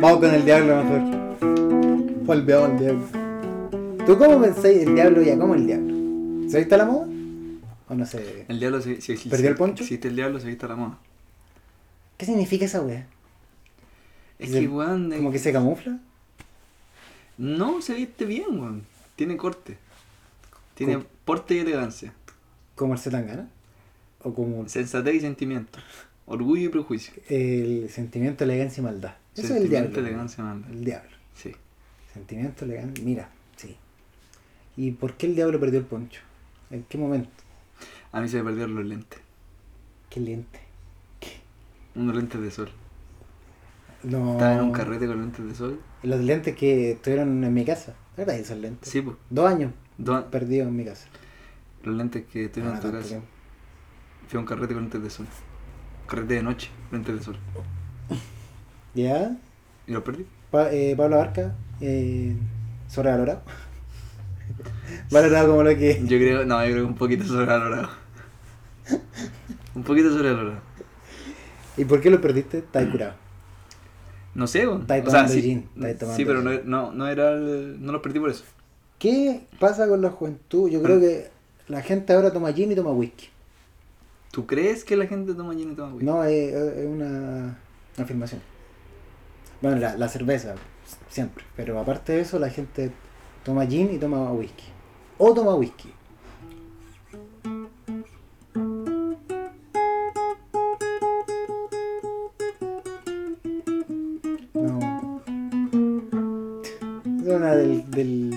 [SPEAKER 2] Vamos con el diablo mejor. Volvemos al diablo. ¿Tú cómo pensáis el diablo ya? ¿Cómo el diablo? ¿Se viste a la moda? ¿O no sé?
[SPEAKER 1] El diablo se, se-
[SPEAKER 2] ¿Perdió
[SPEAKER 1] se-
[SPEAKER 2] el poncho?
[SPEAKER 1] Existe el diablo, se viste a la moda.
[SPEAKER 2] ¿Qué significa esa wea?
[SPEAKER 1] Es
[SPEAKER 2] Se-
[SPEAKER 1] que, weón. eh,
[SPEAKER 2] ¿Como que se camufla?
[SPEAKER 1] No, se viste bien, weón. Tiene corte. Tiene
[SPEAKER 2] Cu-
[SPEAKER 1] porte y elegancia.
[SPEAKER 2] ¿Como el Zetangana? ¿O como
[SPEAKER 1] Sensatez y sentimiento. Orgullo y prejuicio.
[SPEAKER 2] el sentimiento, elegancia y maldad? Eso es el
[SPEAKER 1] sentimiento,
[SPEAKER 2] diablo.
[SPEAKER 1] elegancia, manda.
[SPEAKER 2] El diablo.
[SPEAKER 1] Sí.
[SPEAKER 2] Sentimiento legal. Mira, sí. ¿Y por qué el diablo perdió el poncho? ¿En qué momento?
[SPEAKER 1] A mí se me perdieron los lentes.
[SPEAKER 2] ¿Qué lente?
[SPEAKER 1] Unos lentes de sol.
[SPEAKER 2] No.
[SPEAKER 1] Estaba en un carrete con lentes de sol.
[SPEAKER 2] Los lentes que estuvieron en mi casa. ¿Te acuerdas de esos lentes?
[SPEAKER 1] Sí, pues.
[SPEAKER 2] Dos años perdidos en mi casa.
[SPEAKER 1] Los lentes que tuvieron
[SPEAKER 2] Ah,
[SPEAKER 1] en tu
[SPEAKER 2] tanto
[SPEAKER 1] casa.
[SPEAKER 2] tiempo.
[SPEAKER 1] Fui a un carrete con lentes de sol. Carrete de noche, lentes de sol.
[SPEAKER 2] ¿Ya?
[SPEAKER 1] Y los perdí.
[SPEAKER 2] Pa- eh, Pablo Barca, eh, sobrevalorado. Valorado como lo que.
[SPEAKER 1] Yo creo, no, yo creo que un poquito sobrevalorado. un poquito sobrevalorado.
[SPEAKER 2] ¿Y por qué lo perdiste? Está curado.
[SPEAKER 1] No sé, weón.
[SPEAKER 2] Estáis
[SPEAKER 1] O sea,
[SPEAKER 2] tomando
[SPEAKER 1] sí,
[SPEAKER 2] gin, estáis tomando
[SPEAKER 1] sí, pero no,
[SPEAKER 2] gin.
[SPEAKER 1] no, no era el- no los perdí por eso.
[SPEAKER 2] ¿Qué pasa con la juventud? Yo creo
[SPEAKER 1] Mm.
[SPEAKER 2] que la gente ahora toma gin y toma whisky.
[SPEAKER 1] ¿Tú crees que la gente toma gin y toma whisky?
[SPEAKER 2] No, es, es una afirmación. Bueno, la, la cerveza, siempre. Pero aparte de eso, la gente toma gin y toma whisky. O toma whisky. No. Es una del, del...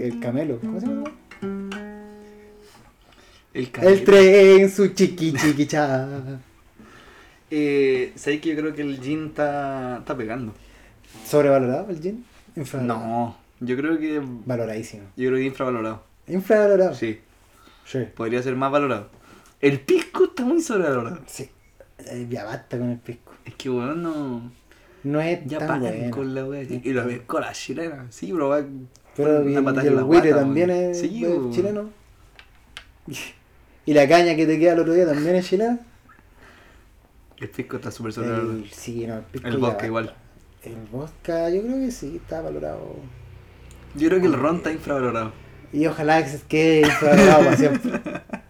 [SPEAKER 2] El camelo. ¿Cómo se llama?
[SPEAKER 1] El
[SPEAKER 2] El
[SPEAKER 1] carrete.
[SPEAKER 2] tren, su chiqui chiqui cha.
[SPEAKER 1] Eh, ¿Sabes que yo creo que el gin está, está pegando?
[SPEAKER 2] ¿Sobrevalorado el gin? Infravalorado.
[SPEAKER 1] No, yo creo que.
[SPEAKER 2] Valoradísimo.
[SPEAKER 1] Yo creo que infravalorado.
[SPEAKER 2] Infravalorado.
[SPEAKER 1] Sí,
[SPEAKER 2] Sí.
[SPEAKER 1] podría ser más valorado. El pisco está muy sobrevalorado.
[SPEAKER 2] Sí. Eh, Ya basta con el pisco.
[SPEAKER 1] Es que weón no.
[SPEAKER 2] No es
[SPEAKER 1] Ya
[SPEAKER 2] tan
[SPEAKER 1] pagan
[SPEAKER 2] bueno.
[SPEAKER 1] con la wea. Y la vez con la chilena. Sí, pero va.
[SPEAKER 2] Pero
[SPEAKER 1] una
[SPEAKER 2] y-
[SPEAKER 1] patada
[SPEAKER 2] y
[SPEAKER 1] en
[SPEAKER 2] el
[SPEAKER 1] la
[SPEAKER 2] buitre
[SPEAKER 1] guata,
[SPEAKER 2] también
[SPEAKER 1] weón.
[SPEAKER 2] es
[SPEAKER 1] Sí,
[SPEAKER 2] es
[SPEAKER 1] weón.
[SPEAKER 2] chileno. Y la caña que te queda el otro día también es chilena.
[SPEAKER 1] El pisco está súper sobrevalorado.
[SPEAKER 2] El, sí, no, el pisco
[SPEAKER 1] El
[SPEAKER 2] ya
[SPEAKER 1] vodka
[SPEAKER 2] va.
[SPEAKER 1] igual.
[SPEAKER 2] El vodka, yo creo que sí, está valorado.
[SPEAKER 1] Yo creo que el ron está infravalorado.
[SPEAKER 2] Y ojalá que se quede infravalorado para siempre.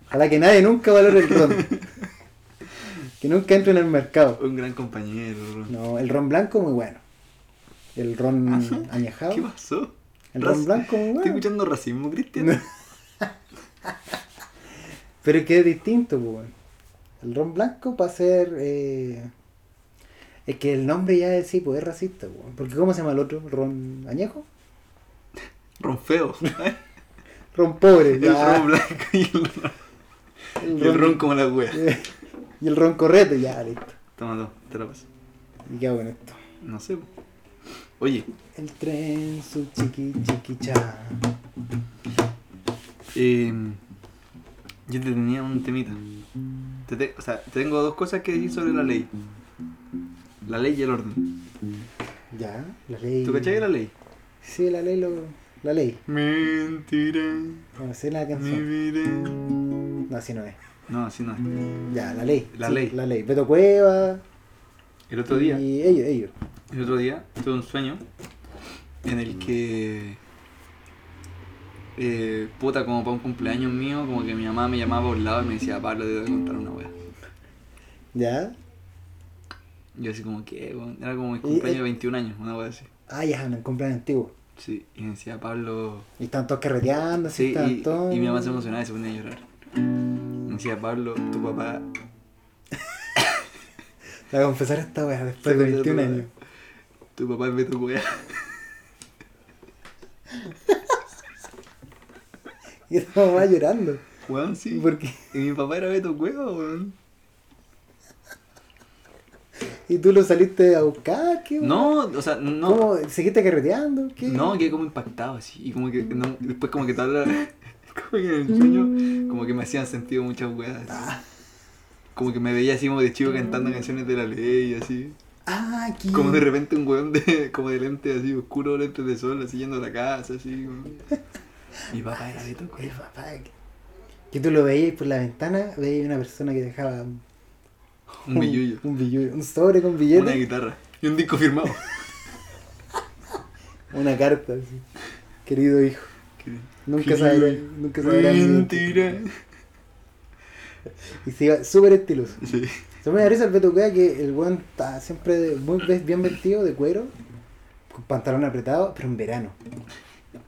[SPEAKER 2] Ojalá que nadie nunca valore el ron. Que nunca entre en el mercado.
[SPEAKER 1] Un gran compañero, el ron.
[SPEAKER 2] No, el ron blanco muy bueno. El ron
[SPEAKER 1] ¿Ah, sí?
[SPEAKER 2] añejado.
[SPEAKER 1] ¿Qué pasó?
[SPEAKER 2] El
[SPEAKER 1] Ras-
[SPEAKER 2] ron blanco muy
[SPEAKER 1] ¿Estoy
[SPEAKER 2] bueno.
[SPEAKER 1] escuchando racismo, Cristian?
[SPEAKER 2] No. Pero es que es distinto, pues, weón. El ron blanco para ser. eh, Es que el nombre ya es, sí, pues es racista, pues, weón. Porque ¿cómo se llama el otro? ¿Ron añejo?
[SPEAKER 1] Ron feo.
[SPEAKER 2] Ron pobre.
[SPEAKER 1] el
[SPEAKER 2] ya.
[SPEAKER 1] ron blanco y el ron,
[SPEAKER 2] El
[SPEAKER 1] y el ron como la wea.
[SPEAKER 2] y el ron correte, ya, listo.
[SPEAKER 1] Toma dos, te la paso.
[SPEAKER 2] Y qué hago con esto.
[SPEAKER 1] No sé. po. Oye,
[SPEAKER 2] El tren, su chiqui chiqui cha.
[SPEAKER 1] eh, yo te tenía un temita. Te te- o sea, tengo dos cosas que decir sobre la ley. La ley y el orden.
[SPEAKER 2] Ya, la ley.
[SPEAKER 1] ¿Tú cachai la ley?
[SPEAKER 2] Sí, la ley, lo... la ley.
[SPEAKER 1] Mentira,
[SPEAKER 2] No sé la canción.
[SPEAKER 1] viviré.
[SPEAKER 2] No, así no es.
[SPEAKER 1] No, así no. es.
[SPEAKER 2] Ya, la ley.
[SPEAKER 1] Mm. La
[SPEAKER 2] sí,
[SPEAKER 1] ley.
[SPEAKER 2] La ley. Beto Cueva.
[SPEAKER 1] El otro día,
[SPEAKER 2] Y ellos, ellos.
[SPEAKER 1] el otro día tuve un sueño en el que eh, puta como para un cumpleaños mío, como que mi mamá me llamaba por un lado y me decía, Pablo, te voy a contar una wea.
[SPEAKER 2] Ya.
[SPEAKER 1] Yo así como que, weón, era como mi
[SPEAKER 2] Y,
[SPEAKER 1] cumpleaños
[SPEAKER 2] eh,
[SPEAKER 1] de 21 años, una wea así.
[SPEAKER 2] Ah, ya, en el cumpleaños antiguo.
[SPEAKER 1] Sí, y me decía, Pablo,
[SPEAKER 2] Y están todos carreteando, así
[SPEAKER 1] Sí,
[SPEAKER 2] están
[SPEAKER 1] y,
[SPEAKER 2] todos.
[SPEAKER 1] y mi mamá se emocionaba y se ponía a llorar. Me decía, Pablo, tu papá.
[SPEAKER 2] Te Voy a confesar esta weá
[SPEAKER 1] se
[SPEAKER 2] después de
[SPEAKER 1] comió a tu
[SPEAKER 2] 21
[SPEAKER 1] papá.
[SPEAKER 2] años.
[SPEAKER 1] Tu papá es de tu wea.
[SPEAKER 2] Y esta mamá llorando.
[SPEAKER 1] Weón, sí.
[SPEAKER 2] ¿Por qué?
[SPEAKER 1] Y mi papá era Beto Cueva, weón.
[SPEAKER 2] ¿Y tú lo saliste a buscar? ¿Qué, weá?
[SPEAKER 1] No, o sea, no.
[SPEAKER 2] ¿Cómo? ¿Seguiste carreteando? ¿Qué?
[SPEAKER 1] No, quedé como impactado así. Y como que. no, después, como que tal. Como que en
[SPEAKER 2] Mm.
[SPEAKER 1] el sueño. Como que me hacían sentido muchas weas.
[SPEAKER 2] Ah.
[SPEAKER 1] así. Como que me veía así como de chivo
[SPEAKER 2] Mm.
[SPEAKER 1] cantando canciones de la ley y así.
[SPEAKER 2] Ah, aquí.
[SPEAKER 1] Como de repente un weón de, como de lente así, oscuro, lentes de sol, así yendo a la casa, así. weón. Mi papá era Beto
[SPEAKER 2] Oye,
[SPEAKER 1] Cueva.
[SPEAKER 2] papá, que- que tú lo veías por la ventana, veías una persona que dejaba un,
[SPEAKER 1] Un billullo.
[SPEAKER 2] un billullo, un sobre con
[SPEAKER 1] Una
[SPEAKER 2] billetes,
[SPEAKER 1] guitarra y un disco firmado.
[SPEAKER 2] una, carta. así. Querido hijo, nunca
[SPEAKER 1] Querido
[SPEAKER 2] sabrás,
[SPEAKER 1] hijo.
[SPEAKER 2] nunca sabrás. mi identidad.
[SPEAKER 1] Mentira.
[SPEAKER 2] Y se iba súper estiloso.
[SPEAKER 1] Sí.
[SPEAKER 2] Se me da risa el Beto Cueva que el weón está siempre de- muy ve- bien vestido de cuero, con pantalón apretado, pero en verano.
[SPEAKER 1] Ah.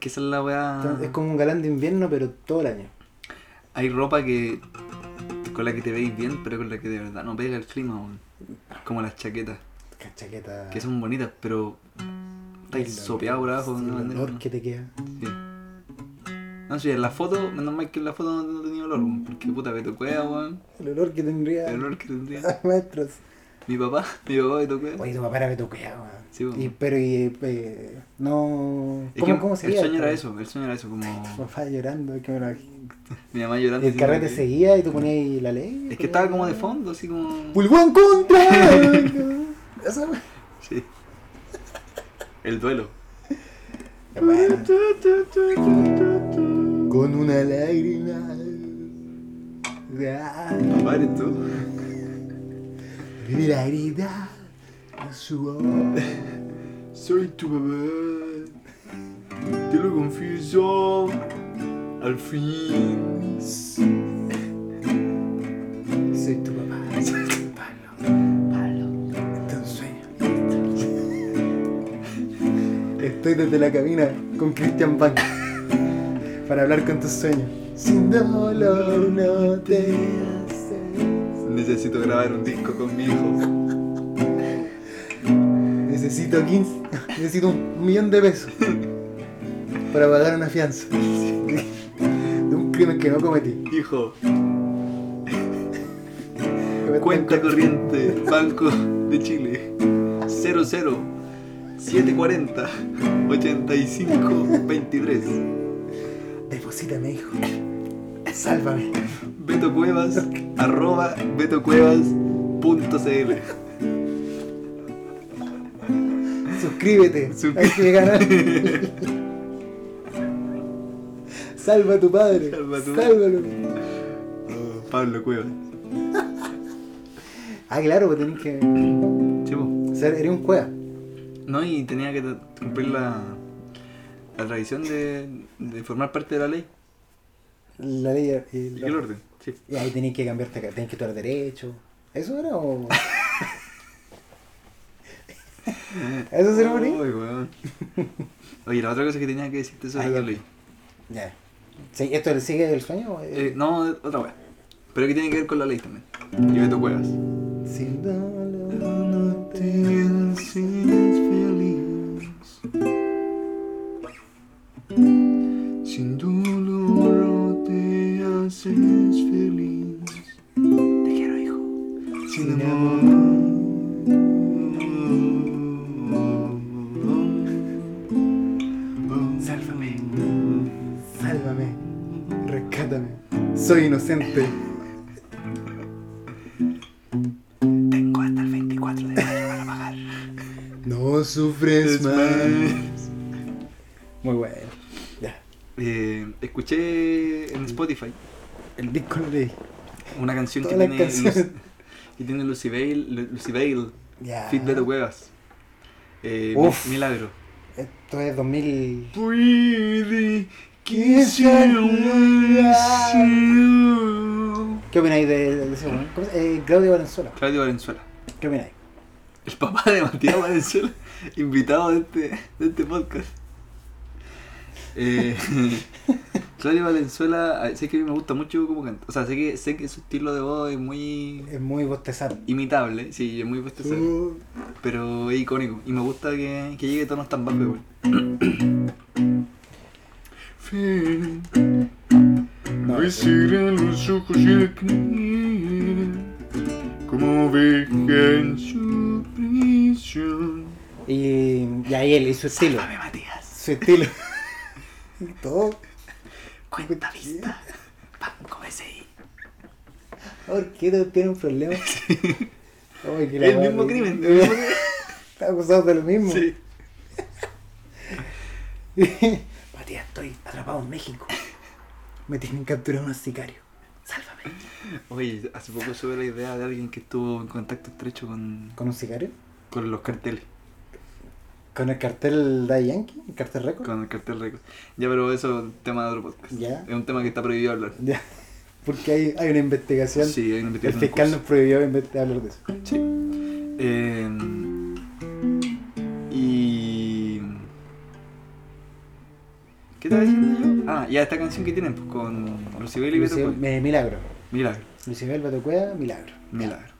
[SPEAKER 1] Que esa es la weá.
[SPEAKER 2] Entonces, es como un galán de invierno, pero todo el año.
[SPEAKER 1] Hay ropa que. con la que te veis bien, pero con la que de verdad no pega el clima, weón. Como las chaquetas,
[SPEAKER 2] Con chaqueta.
[SPEAKER 1] que son bonitas, pero. estáis
[SPEAKER 2] el-
[SPEAKER 1] sopeados por abajo.
[SPEAKER 2] El
[SPEAKER 1] no,
[SPEAKER 2] olor
[SPEAKER 1] no.
[SPEAKER 2] que te queda.
[SPEAKER 1] Sí. No, sí, en la foto, menos mal que en la foto no, no tenía olor, weón, porque puta Beto Cueva, weón.
[SPEAKER 2] El olor que tendría.
[SPEAKER 1] El olor que tendría.
[SPEAKER 2] a Maestros.
[SPEAKER 1] Mi papá, mi papá Beto Cueva.
[SPEAKER 2] Oye, tu papá era betuqueado, weón.
[SPEAKER 1] Sí, weón.
[SPEAKER 2] Y, pero, y, eh, no.
[SPEAKER 1] Es
[SPEAKER 2] ¿Cómo,
[SPEAKER 1] que
[SPEAKER 2] cómo
[SPEAKER 1] el
[SPEAKER 2] seguía?
[SPEAKER 1] sueño era
[SPEAKER 2] esto?
[SPEAKER 1] eso, el sueño era eso,
[SPEAKER 2] Tu
[SPEAKER 1] como
[SPEAKER 2] Papá llorando, que me lo imagino.
[SPEAKER 1] mi mamá llorando.
[SPEAKER 2] Y el
[SPEAKER 1] diciendo
[SPEAKER 2] carrete
[SPEAKER 1] que-
[SPEAKER 2] seguía y tú ponías ahí la ley.
[SPEAKER 1] Es que estaba como de fondo, así como.
[SPEAKER 2] ¡Pulgón contra! Eso, weón.
[SPEAKER 1] Sí. El duelo.
[SPEAKER 2] Qué bueno. Con una lágrima. de-
[SPEAKER 1] Padre, tú.
[SPEAKER 2] De la herida. de Su voz.
[SPEAKER 1] Soy tu bebé. Te lo confieso. Al fin.
[SPEAKER 2] Soy tu papá. Soy tu Pablo.
[SPEAKER 1] Pablo.
[SPEAKER 2] Este es un sueño. Estoy desde la cabina con Christian Bank para hablar con tus sueños. Sin dolor no te haces.
[SPEAKER 1] Necesito grabar un disco con mi hijo.
[SPEAKER 2] Necesito 15. Necesito un millón de pesos para pagar una fianza. De un crimen que no cometí.
[SPEAKER 1] Hijo,
[SPEAKER 2] Que me
[SPEAKER 1] cuenta
[SPEAKER 2] están-
[SPEAKER 1] corriente, Banco de Chile. 00 740 85 23.
[SPEAKER 2] Deposítame, hijo. Sálvame.
[SPEAKER 1] Beto Cuevas, arroba betocuevas.cl.
[SPEAKER 2] Suscríbete.
[SPEAKER 1] Suscri-
[SPEAKER 2] Hay que ganar. Salva a tu padre.
[SPEAKER 1] Salva a tu-
[SPEAKER 2] Sálvalo.
[SPEAKER 1] Oh, Pablo Cueva.
[SPEAKER 2] Ah, claro, pues tenés que.
[SPEAKER 1] Sí, po.
[SPEAKER 2] Ser, eres un cueva.
[SPEAKER 1] No, y tenía que tra- cumplir la, la tradición de, de formar parte de la ley
[SPEAKER 2] La ley. Y,
[SPEAKER 1] y el orden. Sí.
[SPEAKER 2] y ahí tenés que cambiarte, tenés que estudiar derecho. ¿Eso era o.? ¿Eso se lo
[SPEAKER 1] Uy,
[SPEAKER 2] poní?
[SPEAKER 1] weón. Oye, la otra cosa que tenía que decirte sobre
[SPEAKER 2] Ay,
[SPEAKER 1] la
[SPEAKER 2] ya.
[SPEAKER 1] ley.
[SPEAKER 2] Ya. Sí, ¿Esto le sigue el sueño?
[SPEAKER 1] Eh, no, otra wea. Pero que tiene que ver con la ley también. Y Beto Cuevas.
[SPEAKER 2] Sin dolor.
[SPEAKER 1] No te haces feliz. Sin dolor no te haces feliz. Te quiero, hijo. Sin amor.
[SPEAKER 2] Sálvame. Sálvame. Rescátame. Soy inocente.
[SPEAKER 1] Tengo hasta el 24 de mayo para pagar.
[SPEAKER 2] No sufres más. Muy bueno. Ya.
[SPEAKER 1] Eh, escuché en Spotify
[SPEAKER 2] El disco lo leí.
[SPEAKER 1] una canción que
[SPEAKER 2] Todas las
[SPEAKER 1] tiene,
[SPEAKER 2] canciones.
[SPEAKER 1] Lu- que tiene Lucy Bale, Lu- Lucy Bale
[SPEAKER 2] Ya.
[SPEAKER 1] Fit de Cuevas. Eh,
[SPEAKER 2] Uf.
[SPEAKER 1] mi- Milagro.
[SPEAKER 2] Esto es 2000.
[SPEAKER 1] Puede
[SPEAKER 2] que sea un deseo. ¿Qué opináis de, de ese weón? ¿Cómo se- eh, Claudio Valenzuela.
[SPEAKER 1] Claudio Valenzuela.
[SPEAKER 2] ¿Qué opináis?
[SPEAKER 1] El papá de Matías Valenzuela, invitado de este, de este podcast. Eh, Claudio Valenzuela, eh, sé que a mí me gusta mucho cómo canta. O sea, sé que, sé que su estilo de voz es muy
[SPEAKER 2] Es muy bostezante.
[SPEAKER 1] imitable, sí, es muy bostezado.
[SPEAKER 2] Uh,
[SPEAKER 1] Pero es icónico. Y me gusta que, que llegue tonos tan bajos, güey.
[SPEAKER 2] No,
[SPEAKER 3] Me cierran los ojos y la cría, como oveja en su prisión.
[SPEAKER 2] y, y ahí él, y su estilo.
[SPEAKER 1] Sálvame, Matías.
[SPEAKER 2] Su estilo. Todo.
[SPEAKER 1] Cuenta vista. Banco BCI.
[SPEAKER 2] ¿Por qué no tiene un problema? Ay, que la
[SPEAKER 1] El
[SPEAKER 2] weá
[SPEAKER 1] mismo
[SPEAKER 2] me-
[SPEAKER 1] crimen. El mismo crimen.
[SPEAKER 2] Está acusado de lo mismo.
[SPEAKER 1] Sí.
[SPEAKER 2] Matías, estoy atrapado en México. Me tienen capturado unos sicarios. Sálvame.
[SPEAKER 1] Oye, hace poco sube la idea de alguien que estuvo en contacto estrecho con,
[SPEAKER 2] ¿Con un sicario?
[SPEAKER 1] con los carteles.
[SPEAKER 2] ¿Con el cartel de Yankee? ¿El cartel récord?
[SPEAKER 1] Con el cartel récord. Ya, pero eso es un tema de otro podcast.
[SPEAKER 2] Ya.
[SPEAKER 1] Es un tema que está prohibido hablar.
[SPEAKER 2] Ya. Porque hay, hay una investigación.
[SPEAKER 1] Sí, hay una
[SPEAKER 2] El
[SPEAKER 1] investigación en
[SPEAKER 2] fiscal
[SPEAKER 1] curso.
[SPEAKER 2] nos prohibió Este en vez de hablar de eso.
[SPEAKER 1] Sí. Eh, y. ¿Qué estaba diciendo yo? Ah, ya esta canción que tienen pues, con Lucibel y Beto
[SPEAKER 2] Lucibel-
[SPEAKER 1] Cuevas.
[SPEAKER 2] eh, milagro.
[SPEAKER 1] Milagro,
[SPEAKER 2] Lucibel Batocueda, milagro.
[SPEAKER 1] milagro.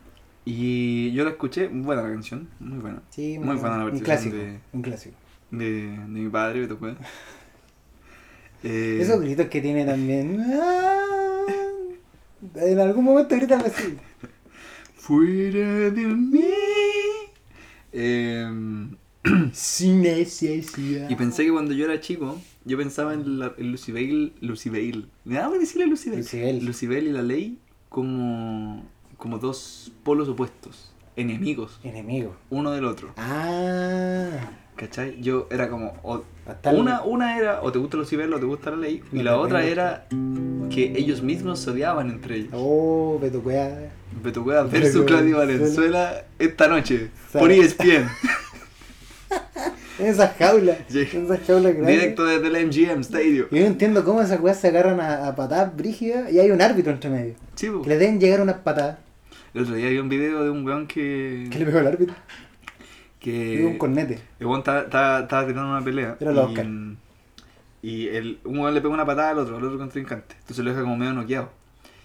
[SPEAKER 1] Y yo la escuché, buena la canción, muy buena.
[SPEAKER 2] Sí,
[SPEAKER 1] muy buena la
[SPEAKER 2] un
[SPEAKER 1] versión
[SPEAKER 2] clásico.
[SPEAKER 1] de,
[SPEAKER 2] Un clásico.
[SPEAKER 1] de, de mi padre, Beto Cuevas. Eh,
[SPEAKER 2] Esos gritos que tiene también. ¡ah! En algún momento gritan así.
[SPEAKER 1] Fuera de mí. Em,
[SPEAKER 2] Sin necesidad.
[SPEAKER 1] Y pensé que cuando yo era chico, yo pensaba en, la, en Lucy Bale, Lucy Bale. Me daba por decirle Lucy Bale.
[SPEAKER 2] Lucy Bale.
[SPEAKER 1] Lucy Bale y la ley como, como dos polos opuestos, enemigos,
[SPEAKER 2] Enemigo.
[SPEAKER 1] uno del otro.
[SPEAKER 2] Ah.
[SPEAKER 1] ¿Cachai? Yo era como, o-
[SPEAKER 2] Hasta el-
[SPEAKER 1] una, una era, o te gusta Lucy Bale o te gusta la ley, y
[SPEAKER 2] No
[SPEAKER 1] la
[SPEAKER 2] te
[SPEAKER 1] otra
[SPEAKER 2] gusta.
[SPEAKER 1] era que ellos mismos se odiaban entre ellos.
[SPEAKER 2] Oh, Betocueda.
[SPEAKER 1] Betucueva
[SPEAKER 2] Beto
[SPEAKER 1] versus Claudio
[SPEAKER 2] Valenzuela.
[SPEAKER 1] Valenzuela esta noche,
[SPEAKER 2] Sal-
[SPEAKER 1] por E ESPN,
[SPEAKER 2] En esas jaulas.
[SPEAKER 1] Sí.
[SPEAKER 2] En esas jaulas grandes.
[SPEAKER 1] directo desde el MGM Stadium.
[SPEAKER 2] Yo no entiendo cómo esas weas se agarran a, a patadas brígidas y hay un árbitro entre medio.
[SPEAKER 1] Sí, po.
[SPEAKER 2] Que le deben llegar unas patadas.
[SPEAKER 1] El otro día vi un video de un weón que...
[SPEAKER 2] ¿Qué le pegó al árbitro?
[SPEAKER 1] que Eh,
[SPEAKER 2] Le dio un cornete.
[SPEAKER 1] el weón estaba- estaba estaba teniendo una pelea.
[SPEAKER 2] Era la
[SPEAKER 1] y,
[SPEAKER 2] Oscar.
[SPEAKER 1] y el, un weón le pega una patada al otro, al otro contrincante. Entonces lo deja como medio noqueado.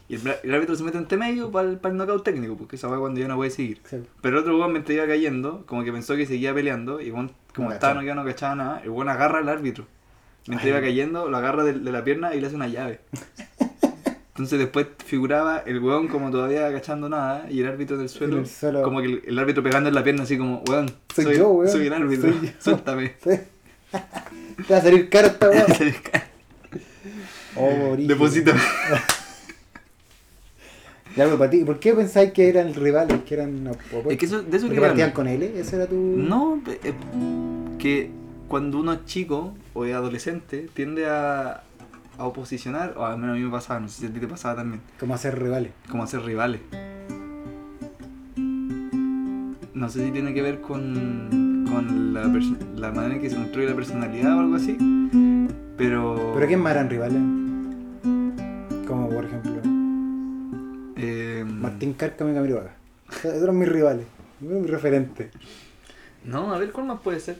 [SPEAKER 1] Y el, bra- el árbitro se mete entre medio para el, knockout técnico, porque esa va cuando ya no puede seguir.
[SPEAKER 2] O sea,
[SPEAKER 1] Pero el otro weón mientras iba cayendo, como que pensó que seguía peleando, y el weón, como
[SPEAKER 2] No
[SPEAKER 1] estaba
[SPEAKER 2] cachaba.
[SPEAKER 1] noqueado, no cachaba nada, el weón agarra al árbitro. Mientras iba cayendo, lo agarra de, de la pierna y le hace una llave. Entonces después figuraba el weón como todavía cachando nada y el árbitro del suelo,
[SPEAKER 2] el suelo.
[SPEAKER 1] como que el, el árbitro pegando en la pierna así como, weón,
[SPEAKER 2] Soy yo, weón.
[SPEAKER 1] soy el árbitro,
[SPEAKER 2] Soy yo".
[SPEAKER 1] suéltame.
[SPEAKER 2] sí. Te va a salir caro esta wea. Oh, brígido.
[SPEAKER 1] Deposítame.
[SPEAKER 2] Ya, pero para ti, ¿por qué pensáis que eran rivales? Que eran opuestos?
[SPEAKER 1] Es que eso- de eso
[SPEAKER 2] ¿Porque
[SPEAKER 1] quería
[SPEAKER 2] partían
[SPEAKER 1] hablar.
[SPEAKER 2] con él? ¿Ese era tu...?
[SPEAKER 1] No, eh, que cuando uno es chico o es adolescente tiende a, a oposicionar, o al menos a mí me pasaba, no sé si a ti te pasaba también,
[SPEAKER 2] Como hacer rivales.
[SPEAKER 1] como hacer rivales. No sé si tiene que ver con, con la, perso- la manera en que se construye la personalidad o algo así, pero...
[SPEAKER 2] ¿Pero quién más eran rivales? Como por ejemplo,
[SPEAKER 1] eh,
[SPEAKER 2] Martín Cárcamo y Camilo Vaca. Esos eran mis rivales, esos eran mis referentes.
[SPEAKER 1] No, a ver, ¿cuál más puede ser?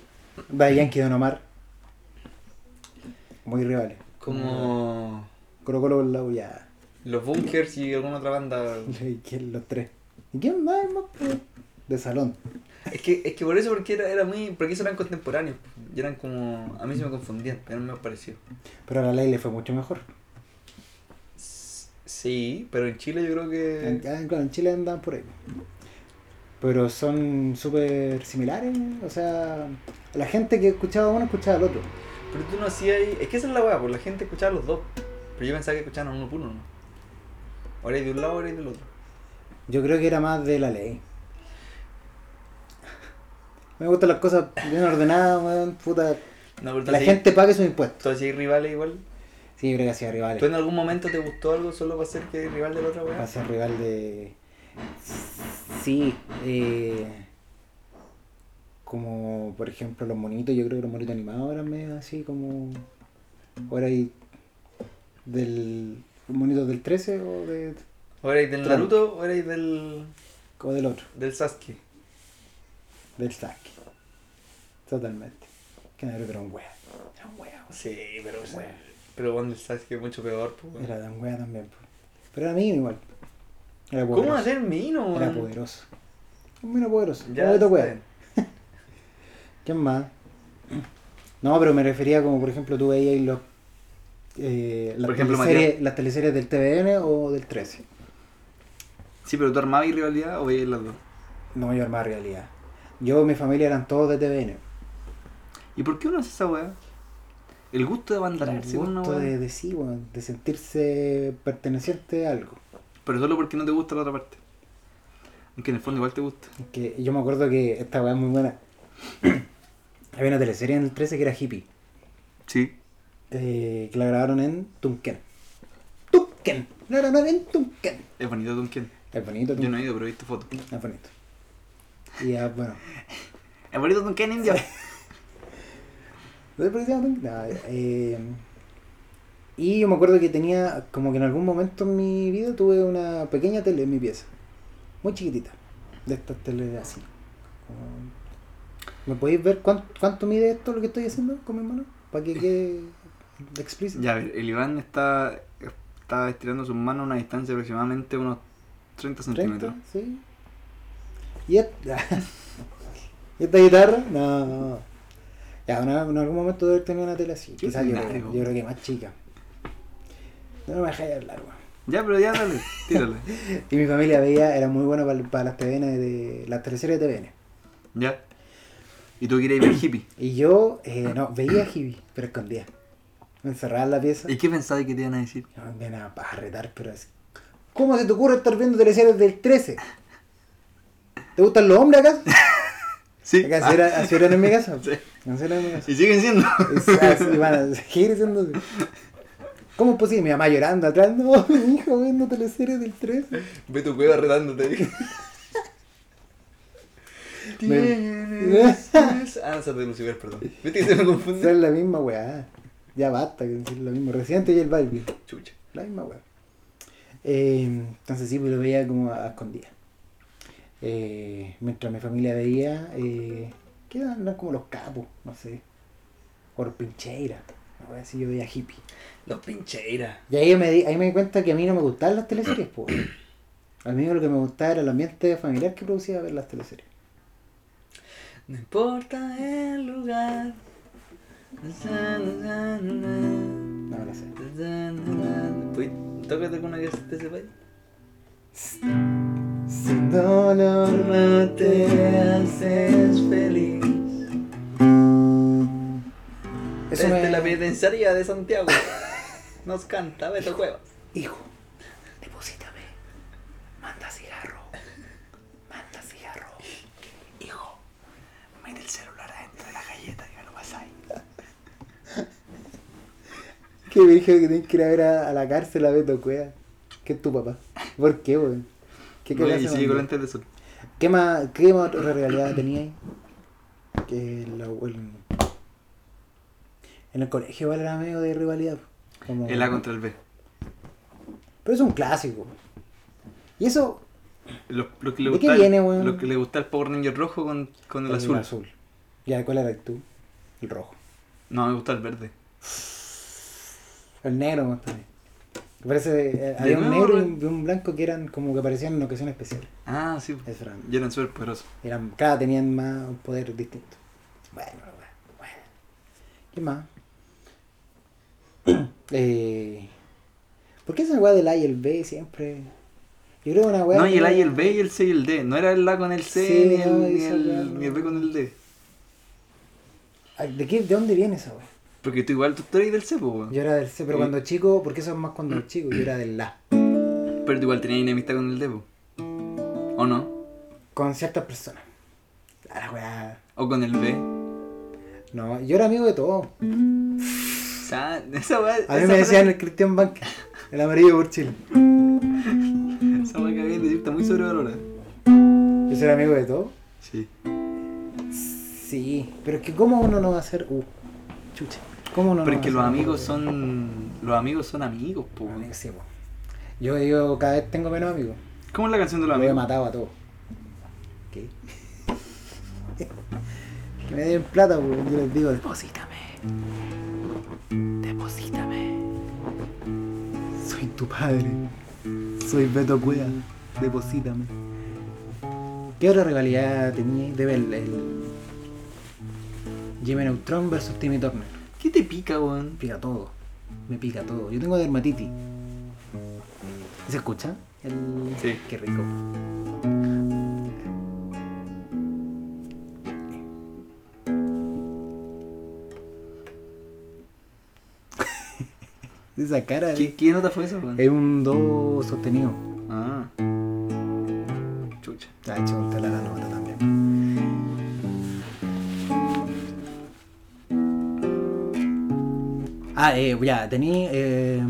[SPEAKER 2] Daddy Yankee y Don Omar. Muy rivales.
[SPEAKER 1] Como...
[SPEAKER 2] Colo Colo con la Ulla.
[SPEAKER 1] Los Bunkers y alguna otra banda...
[SPEAKER 2] ¿Y quién los tres? ¿Y quién más? más po? de salón.
[SPEAKER 1] Es que, es que por eso, porque era, era muy. Porque esos eran contemporáneos. pues, Y eran como. A mí se me confundían, eran más parecidos.
[SPEAKER 2] Pero a la ley le fue mucho mejor.
[SPEAKER 1] S- Sí, pero en Chile yo creo
[SPEAKER 2] En,
[SPEAKER 1] que.
[SPEAKER 2] ah, claro, en Chile andaban por ahí. Pero son súper similares. O sea, la gente que escuchaba a uno escuchaba al otro.
[SPEAKER 1] Pero tú no hacías. ahí- Es que esa es la weá, porque la gente escuchaba a los dos. Pero yo pensaba que escuchaban a uno por uno, ¿no? Ahora hay de un lado, ahora hay del otro.
[SPEAKER 2] Yo creo que era más de la ley. Me gustan las cosas bien ordenadas, weón. Puta.
[SPEAKER 1] No, pero tú
[SPEAKER 2] La
[SPEAKER 1] hacías-
[SPEAKER 2] gente pague sus impuestos.
[SPEAKER 1] Tú hacías rivales igual.
[SPEAKER 2] Sí, yo creo que hacía rivales.
[SPEAKER 1] ¿Tú en algún momento te gustó algo solo para ser que rival de la otra weá?
[SPEAKER 2] Hacía rival de. Sí. eh, Como por ejemplo los monitos, yo creo que los monitos animados eran medio así como. Ahora hay. Del. Monitos del 13 o, de,
[SPEAKER 1] Ahora hay del Naruto, ahora hay del.
[SPEAKER 2] o del otro.
[SPEAKER 1] del Sasuke.
[SPEAKER 2] Del Sasuke. Totalmente. Que Naruto era un wea. Era un wea.
[SPEAKER 1] Sí, pero.
[SPEAKER 2] Bueno.
[SPEAKER 1] Pero bueno, el Sasuke es mucho peor, pues. weón.
[SPEAKER 2] Era tan wea también. po. Pero era mío igual. Era
[SPEAKER 1] ¿Cómo
[SPEAKER 2] poderoso.
[SPEAKER 1] hacer mino,
[SPEAKER 2] Era
[SPEAKER 1] weón?
[SPEAKER 2] poderoso. Un mino poderoso.
[SPEAKER 1] Ya,
[SPEAKER 2] Ya, otro
[SPEAKER 1] está
[SPEAKER 2] wea.
[SPEAKER 1] bien.
[SPEAKER 2] ¿Quién más? No, pero me refería como, por ejemplo, tú veías los, eh, las,
[SPEAKER 1] Por ejemplo,
[SPEAKER 2] teleseries,
[SPEAKER 1] Matías.
[SPEAKER 2] las teleseries del TVN o del 13.
[SPEAKER 1] Sí, pero tú armabas rivalidad o veías las dos.
[SPEAKER 2] No, yo armaba realidad. Yo, mi familia eran todos de TVN.
[SPEAKER 1] ¿Y por qué uno hace esa weá? El gusto de
[SPEAKER 2] El
[SPEAKER 1] abanderarse con una
[SPEAKER 2] gusto
[SPEAKER 1] weá.
[SPEAKER 2] de, de sí, weón, de sentirse perteneciente a algo.
[SPEAKER 1] Pero solo porque no te gusta la otra parte. Aunque en el fondo igual te gusta.
[SPEAKER 2] Que yo me acuerdo que esta weá es muy buena. Había una teleserie en el 13 que era hippie.
[SPEAKER 1] Sí.
[SPEAKER 2] eh, que la grabaron en Tunquén. Tunquén. La grabaron en Tunquén.
[SPEAKER 1] Es bonito Duncan.
[SPEAKER 2] Es bonito,
[SPEAKER 1] Yo
[SPEAKER 2] Tunquén.
[SPEAKER 1] no he ido, pero he visto fotos.
[SPEAKER 2] Es bonito. Y ah, bueno.
[SPEAKER 1] Es bonito Duncan India.
[SPEAKER 2] ¿No te parecía Dunkin'? No, eh, y yo me acuerdo que tenía, como que en algún momento en mi vida tuve una pequeña tele en mi pieza. Muy chiquitita. De estas teles así. como- ¿Me podéis ver cuán- cuánto, mide esto lo que estoy haciendo con mi mano? Para que quede explícito.
[SPEAKER 1] ya, a ver, el Iván está, está estirando sus manos a una distancia de aproximadamente unos 30 centímetros.
[SPEAKER 2] 30, sí. Y esta, ¿Y esta guitarra, no. no. Ya, una- en algún momento debe haber tenido una tela así. Quizás yo,
[SPEAKER 1] ordinario,
[SPEAKER 2] creo- yo
[SPEAKER 1] weón.
[SPEAKER 2] creo que más chica. No me dejáis hablar, weón.
[SPEAKER 1] Ya, pero ya dale, tírale.
[SPEAKER 2] Y mi familia veía, era muy buena para, las TVN, de, las teleseries de TVN.
[SPEAKER 1] ya. Y tú querías ver hippie.
[SPEAKER 2] Y yo, eh, no, veía Hibi, pero escondía. Me encerraba en la pieza.
[SPEAKER 1] ¿Y qué pensabas que te iban a decir?
[SPEAKER 2] No, Me van a a retar, pero es. ¿Cómo se te ocurre estar viendo teleseries del 13? ¿Te gustan los hombres acá?
[SPEAKER 1] Sí.
[SPEAKER 2] Acá
[SPEAKER 1] Ah,
[SPEAKER 2] así, era, así eran en mi casa.
[SPEAKER 1] Sí.
[SPEAKER 2] Así eran en mi casa.
[SPEAKER 1] Y siguen siendo.
[SPEAKER 2] Es así, van a seguir siendo así. ¿Cómo es posible? Mi mamá llorando atrás. No, mi hijo viendo teleseries del 13.
[SPEAKER 1] Ve tu cueva retándote.
[SPEAKER 2] Tienes-
[SPEAKER 1] Ah, esa de Lucifer, perdón. Viste que se me
[SPEAKER 2] Esa
[SPEAKER 1] confunde.
[SPEAKER 2] Es la misma weá. Ya basta, que es lo mismo. Residente y el Barbie.
[SPEAKER 1] Chucha.
[SPEAKER 2] La misma weá. Eh, entonces sí, pues lo veía como a a escondidas. Eh, mientras mi familia veía, eh, que eran eran como los capos, no sé. O los pincheiras. A ver si yo veía hippie.
[SPEAKER 1] Los pincheiras.
[SPEAKER 2] Y ahí me, di, ahí me di cuenta que a mí no me gustaban las teleseries, po. A mí lo que me gustaba era el ambiente familiar que producía ver las teleseries.
[SPEAKER 1] No importa el lugar.
[SPEAKER 2] No me las sé.
[SPEAKER 1] Uy, tócate con una que te sepáis.
[SPEAKER 2] Sin dolor
[SPEAKER 1] No te haces feliz.
[SPEAKER 2] Eso
[SPEAKER 1] Desde
[SPEAKER 2] me...
[SPEAKER 1] la penitenciaría de Santiago. Nos canta Beto Cuevas.
[SPEAKER 2] Hijo, deposítame. Manda cigarro. Manda cigarro. Hijo, mete el celular adentro de la galleta y me lo pasáis. que me dijeron que tenés que ir a ver a, a la cárcel a Beto Cueva. Que es tu papá. ¿Por qué, weón? ¿Qué
[SPEAKER 1] Oye,
[SPEAKER 2] clase
[SPEAKER 1] y
[SPEAKER 2] de
[SPEAKER 1] sigue con
[SPEAKER 2] maldad?
[SPEAKER 1] lentes de sol.
[SPEAKER 2] ¿Qué más, qué más otra realidad tenía ahí? Que la- el- en el colegio igual era medio de rivalidad. como-
[SPEAKER 1] El A contra el B.
[SPEAKER 2] Pero es un clásico. Y eso
[SPEAKER 1] Los, los que le
[SPEAKER 2] ¿De qué
[SPEAKER 1] gusta el-
[SPEAKER 2] viene, weón?
[SPEAKER 1] los que le gusta el Power Ranger rojo con, con el
[SPEAKER 2] con
[SPEAKER 1] azul.
[SPEAKER 2] Ya, ¿cuál era tú? El rojo.
[SPEAKER 1] No, me gusta el verde.
[SPEAKER 2] El negro más también. Que Parece, eh,
[SPEAKER 1] De
[SPEAKER 2] había un
[SPEAKER 1] nuevo,
[SPEAKER 2] negro y
[SPEAKER 1] güey.
[SPEAKER 2] un, y un blanco que eran como que aparecían en ocasión especial.
[SPEAKER 1] Ah, sí.
[SPEAKER 2] Eso era.
[SPEAKER 1] Ya eran súper poderosos.
[SPEAKER 2] Eran, cada tenían más un poder distinto. Bueno, bueno, bueno. ¿Qué más? Eh, ¿Por qué esa weá del A y el B siempre? Yo creo que una weá.
[SPEAKER 1] No, y el A y el
[SPEAKER 2] que-
[SPEAKER 1] B y el C y el D. No era el A con el C
[SPEAKER 2] Sí,
[SPEAKER 1] ni, el,
[SPEAKER 2] no,
[SPEAKER 1] ni,
[SPEAKER 2] esa weá
[SPEAKER 1] el,
[SPEAKER 2] no.
[SPEAKER 1] ni el B con el D.
[SPEAKER 2] Ay, Ah, ¿De, qué, ¿De dónde viene esa weá?
[SPEAKER 1] Porque tú igual tú, tú eres del C, po, weón.
[SPEAKER 2] Yo era del C, pero
[SPEAKER 1] Sí.
[SPEAKER 2] cuando chico, porque eso es más cuando chico, yo era del A.
[SPEAKER 1] Pero tú igual tenías enemistad con el D, po. ¿O no?
[SPEAKER 2] Con ciertas personas. A la weá.
[SPEAKER 1] ¿O con el B?
[SPEAKER 2] No, yo era amigo de todo.
[SPEAKER 1] O sea, esa weá...
[SPEAKER 2] A mí
[SPEAKER 1] esa
[SPEAKER 2] me
[SPEAKER 1] frase-
[SPEAKER 2] decían el Cristian Bank, el amarillo por Chile.
[SPEAKER 1] Esa weá que habían de decir está muy sobrevalorada.
[SPEAKER 2] Yo era amigo de todo.
[SPEAKER 1] Sí.
[SPEAKER 2] Sí, pero es que cómo uno no va a ser... Uh, chucha. ¿Cómo uno no va
[SPEAKER 1] Pero es que
[SPEAKER 2] a
[SPEAKER 1] los
[SPEAKER 2] ser-
[SPEAKER 1] amigos son... Los amigos son amigos, po.
[SPEAKER 2] Los
[SPEAKER 1] weón.
[SPEAKER 2] amigos, sí, po. Yo, yo cada vez tengo menos amigos.
[SPEAKER 1] ¿Cómo es la canción de los
[SPEAKER 2] Lo he
[SPEAKER 1] amigos?
[SPEAKER 2] matado a todos. ¿Qué? que me den plata, porque yo les digo, deposítame. Deposítame. Soy tu padre. Soy Beto Cuea. Deposítame. ¿Qué otra rivalidad tenía? Debe el, el... Jimmy Neutron versus Timmy Turner.
[SPEAKER 1] ¿Qué te pica, weón?
[SPEAKER 2] Me pica todo. Me pica todo. Yo tengo dermatitis. ¿Se escucha? El-
[SPEAKER 1] Sí.
[SPEAKER 2] Qué rico. Esa cara de-
[SPEAKER 1] ¿Qué, qué nota fue esa, weón?
[SPEAKER 2] es un do sostenido.
[SPEAKER 1] Ah. Chucha.
[SPEAKER 2] Ah, chonta la nota también. Ah, eh, ya, tení eh,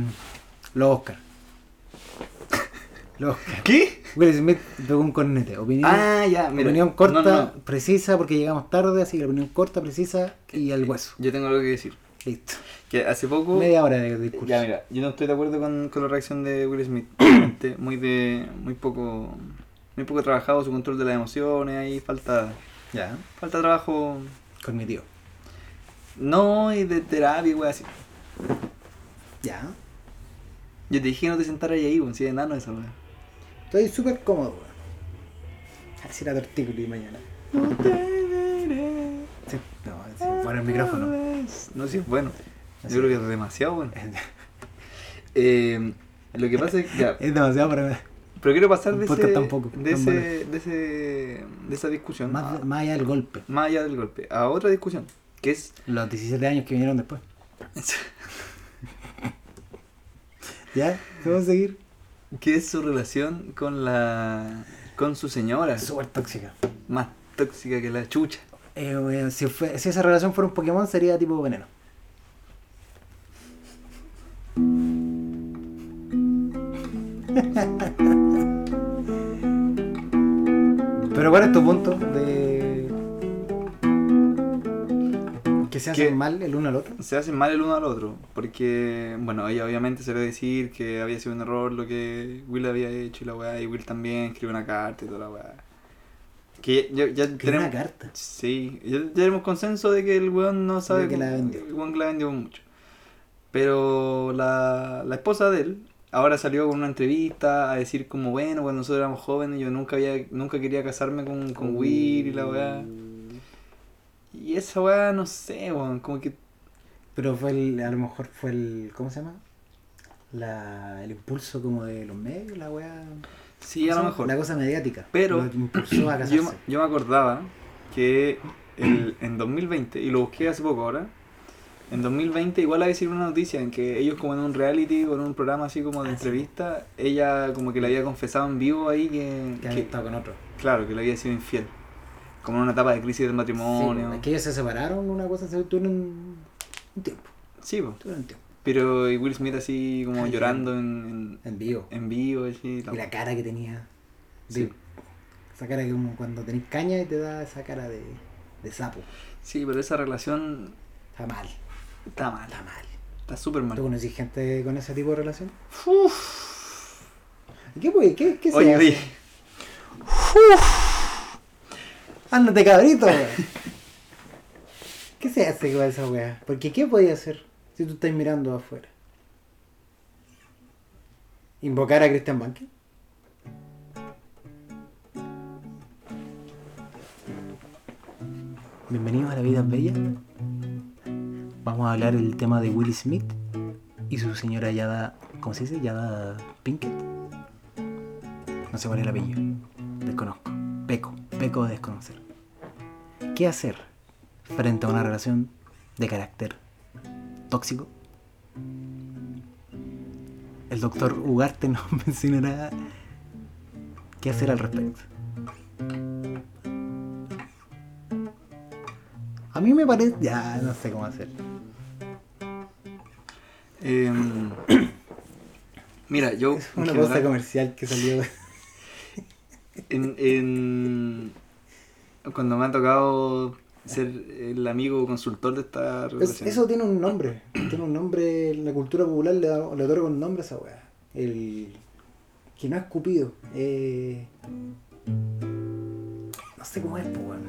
[SPEAKER 2] los Oscar. Los Oscar.
[SPEAKER 1] ¿Qué?
[SPEAKER 2] Will Smith pegó un cornete. Opinión,
[SPEAKER 1] Ah, ya, mira.
[SPEAKER 2] opinión
[SPEAKER 1] No,
[SPEAKER 2] corta,
[SPEAKER 1] no, no.
[SPEAKER 2] precisa, porque llegamos tarde, así que la opinión corta, precisa
[SPEAKER 1] Eh,
[SPEAKER 2] y al hueso.
[SPEAKER 1] Yo tengo algo que decir.
[SPEAKER 2] Listo.
[SPEAKER 1] Que hace poco.
[SPEAKER 2] Media hora de discurso.
[SPEAKER 1] Uh. Ya, mira, yo no estoy de acuerdo con, con la reacción de Will Smith. Obviamente, muy de. muy poco. Muy poco trabajado su control de las emociones, ahí falta.
[SPEAKER 2] Ya,
[SPEAKER 1] Falta trabajo.
[SPEAKER 2] cognitivo.
[SPEAKER 1] No, y de terapia, wey, así.
[SPEAKER 2] Ya.
[SPEAKER 1] Yo te dije que no te sentaras ahí, weón, si es enano esa weá.
[SPEAKER 2] Estoy súper cómodo, weón. A ver si la tortícula mañana. Sí, no, sí, fuera el micrófono.
[SPEAKER 1] No, si es bueno.
[SPEAKER 2] Así.
[SPEAKER 1] Yo creo que es demasiado bueno. Eh, lo que pasa es que. ya,
[SPEAKER 2] Es demasiado para mí.
[SPEAKER 1] Pero quiero pasar
[SPEAKER 2] Un
[SPEAKER 1] de
[SPEAKER 2] podcast
[SPEAKER 1] ese,
[SPEAKER 2] tampoco,
[SPEAKER 1] de,
[SPEAKER 2] tan
[SPEAKER 1] ese,
[SPEAKER 2] bueno.
[SPEAKER 1] de ese de esa discusión a-
[SPEAKER 2] Más,
[SPEAKER 1] más,
[SPEAKER 2] más allá del golpe.
[SPEAKER 1] allá del golpe a otra discusión que es
[SPEAKER 2] Los 17 años que vinieron después. ¿Ya? ¿Cómo seguir?
[SPEAKER 1] que es su relación con la con su señora
[SPEAKER 2] Súper tóxica.
[SPEAKER 1] más tóxica que la chucha.
[SPEAKER 2] Eh, weón, si, fue- si esa relación fuera un Pokémon sería tipo veneno. Pero ¿cuál es tu punto de que se hacen
[SPEAKER 1] Que-
[SPEAKER 2] mal el uno al otro?
[SPEAKER 1] Se hacen mal el uno al otro porque bueno ella obviamente se le va a decir que había sido un error lo que Will había hecho y la weá y Will también escribe una carta y toda la weá. Que ya, ya
[SPEAKER 2] Que una
[SPEAKER 1] tenemos-
[SPEAKER 2] carta.
[SPEAKER 1] Sí, ya ya tenemos consenso de que el weón no sabe.
[SPEAKER 2] De que la vendió.
[SPEAKER 1] El weón que la vendió mucho. Pero la, la esposa de él ahora salió con una entrevista a decir como, bueno, cuando nosotros éramos jóvenes yo nunca había nunca quería casarme con, con Will y la weá.
[SPEAKER 2] Uh.
[SPEAKER 1] Y esa weá, no sé, weón, como que...
[SPEAKER 2] Pero fue el, a lo mejor fue el, ¿cómo se llama? La, el impulso como de los medios, la weá.
[SPEAKER 1] Sí, a lo mejor.
[SPEAKER 2] La cosa mediática.
[SPEAKER 1] Pero-
[SPEAKER 2] Lo impulsó a casarse.
[SPEAKER 1] Yo, me- yo me acordaba que el- en 2020, y lo busqué hace poco ahora, en 2020 igual había sido una noticia en que ellos como en un reality o en un programa así como
[SPEAKER 2] Ah,
[SPEAKER 1] de entrevista, ella como que le había confesado en vivo ahí que,
[SPEAKER 2] que han
[SPEAKER 1] que-
[SPEAKER 2] estado con otro.
[SPEAKER 1] claro, que le había sido infiel. Como en una etapa de crisis del
[SPEAKER 2] Sí, pues,
[SPEAKER 1] matrimonio.
[SPEAKER 2] es que ellos se separaron, una cosa se tuvieron un, un tiempo.
[SPEAKER 1] Sí, po.
[SPEAKER 2] Tuvieron un tiempo.
[SPEAKER 1] Pero y Will Smith así como
[SPEAKER 2] Ay,
[SPEAKER 1] llorando en, en,
[SPEAKER 2] En vivo.
[SPEAKER 1] en vivo, así. la-
[SPEAKER 2] Y la cara que tenía.
[SPEAKER 1] Sí.
[SPEAKER 2] Sí. Esa cara que como cuando tenés caña y te da esa cara de, de sapo.
[SPEAKER 1] Sí, pero esa relación
[SPEAKER 2] Está mal,
[SPEAKER 1] está
[SPEAKER 2] está
[SPEAKER 1] mala,
[SPEAKER 2] mal.
[SPEAKER 1] está súper
[SPEAKER 2] ¿Tú
[SPEAKER 1] mal.
[SPEAKER 2] conoces gente con ese tipo de relación?
[SPEAKER 1] Uf.
[SPEAKER 2] ¿Y ¿Qué, pues, qué, qué se
[SPEAKER 1] Oye,
[SPEAKER 2] hace?
[SPEAKER 1] oye,
[SPEAKER 2] Ándate, cabrito. wea. ¿Qué se hace con esa weá? Porque ¿qué podía hacer si tú estás mirando afuera? ¿Invocar a Christian Banke? Bienvenidos a La Vida es Bella. Vamos a hablar el tema de Will Smith y su señora Yada. ¿Cómo se dice? Yada Pinkett. No sé cuál es el apellido. Desconozco. Peco. Peco de desconocer. ¿Qué hacer frente a una relación de carácter tóxico? El doctor Ugarte nos mencionará qué hacer al respecto. A mí me parece... Ya, no sé cómo hacer.
[SPEAKER 1] em, mira, yo
[SPEAKER 2] Es
[SPEAKER 1] en
[SPEAKER 2] una
[SPEAKER 1] general-
[SPEAKER 2] cosa comercial que salió...
[SPEAKER 1] en, en- cuando me ha tocado ser el amigo consultor de esta
[SPEAKER 2] Es-
[SPEAKER 1] relación.
[SPEAKER 2] eso tiene un nombre. tiene un nombre. En la cultura popular le, da- le otorga un nombre a esa weá. El. Que no es Cupido. eh, No sé cómo es, pues weón.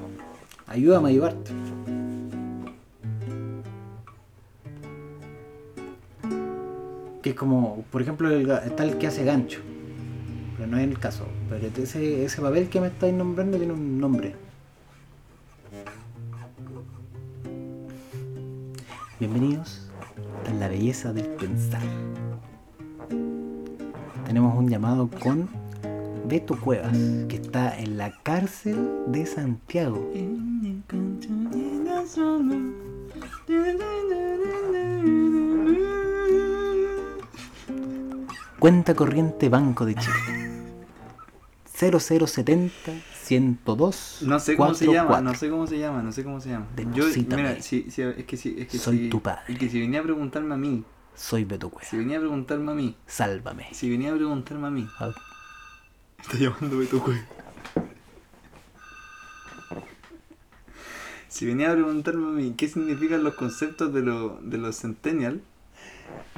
[SPEAKER 2] Ayúdame a ayudarte. Que es como, por ejemplo, el, ga- está el que hace gancho. Pero no es el caso. Pero ese, ese papel que me estáis nombrando tiene un nombre. Bienvenidos a la belleza del pensar. Tenemos un llamado con Beto Cuevas, que está en la cárcel de Santiago. Cuenta corriente Banco de Chile. 0070 102
[SPEAKER 1] No sé cómo se llama,
[SPEAKER 2] 44.
[SPEAKER 1] no sé cómo se llama, no sé cómo se llama. Yo,
[SPEAKER 2] Deposítame.
[SPEAKER 1] mira, si, si- es que si, es que
[SPEAKER 2] Soy
[SPEAKER 1] si-
[SPEAKER 2] tu padre.
[SPEAKER 1] Es que si venía a preguntarme a mí,
[SPEAKER 2] Soy Beto Cuevas.
[SPEAKER 1] si venía a preguntarme a mí,
[SPEAKER 2] Sálvame.
[SPEAKER 1] si venía a preguntarme a mí,
[SPEAKER 2] Ah,
[SPEAKER 1] está llamándome tu juez. Si venía a preguntarme a mí qué significan los conceptos de, lo, de los Centennial,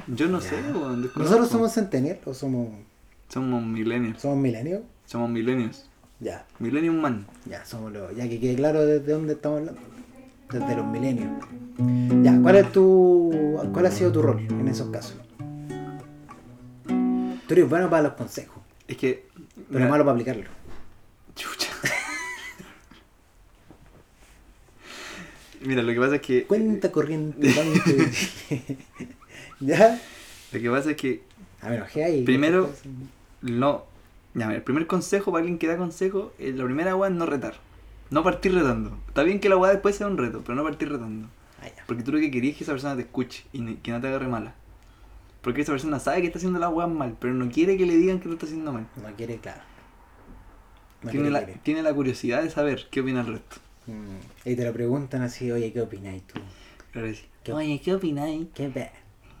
[SPEAKER 1] yo no sé, weón, desconozco.
[SPEAKER 2] ¿Nosotros somos Centennial o somos,
[SPEAKER 1] Somos millennials.
[SPEAKER 2] somos Milenio?
[SPEAKER 1] Somos millennials.
[SPEAKER 2] Ya.
[SPEAKER 1] Millennium Man.
[SPEAKER 2] Ya, somos los, ya que quede claro desde dónde estamos hablando. Desde los milenios. Ya, ¿cuál es tu. cuál ha sido tu rol en esos casos? Tú eres bueno para los consejos,
[SPEAKER 1] Es que.
[SPEAKER 2] pero
[SPEAKER 1] mira,
[SPEAKER 2] malo para aplicarlo.
[SPEAKER 1] Chucha. Mira, lo que pasa es que.
[SPEAKER 2] Cuenta corriente, banco de- ¿Ya?
[SPEAKER 1] Lo que pasa es que.
[SPEAKER 2] A ver, ojea ahí.
[SPEAKER 1] Primero- No. Ya, mira, el primer consejo para alguien que da consejo, eh, la primera weá es no retar. No partir retando. Está bien que la weá después sea un reto, pero no partir retando.
[SPEAKER 2] Ah, ya.
[SPEAKER 1] Porque tú lo que querías es que esa persona te escuche y ni- que no te agarre mala. Porque esa persona sabe que está haciendo la weá mal, pero no quiere que le digan que lo está haciendo mal.
[SPEAKER 2] No quiere, claro. No
[SPEAKER 1] Tiene
[SPEAKER 2] quiere,
[SPEAKER 1] la,
[SPEAKER 2] quiere.
[SPEAKER 1] tiene la curiosidad de saber qué opina el resto.
[SPEAKER 2] Mm. Y te lo preguntan así, oye, ¿qué opináis tú?
[SPEAKER 1] Pero es,
[SPEAKER 2] ¿Qué-
[SPEAKER 1] Oye, ¿qué opináis?
[SPEAKER 2] ¿Qué, ve-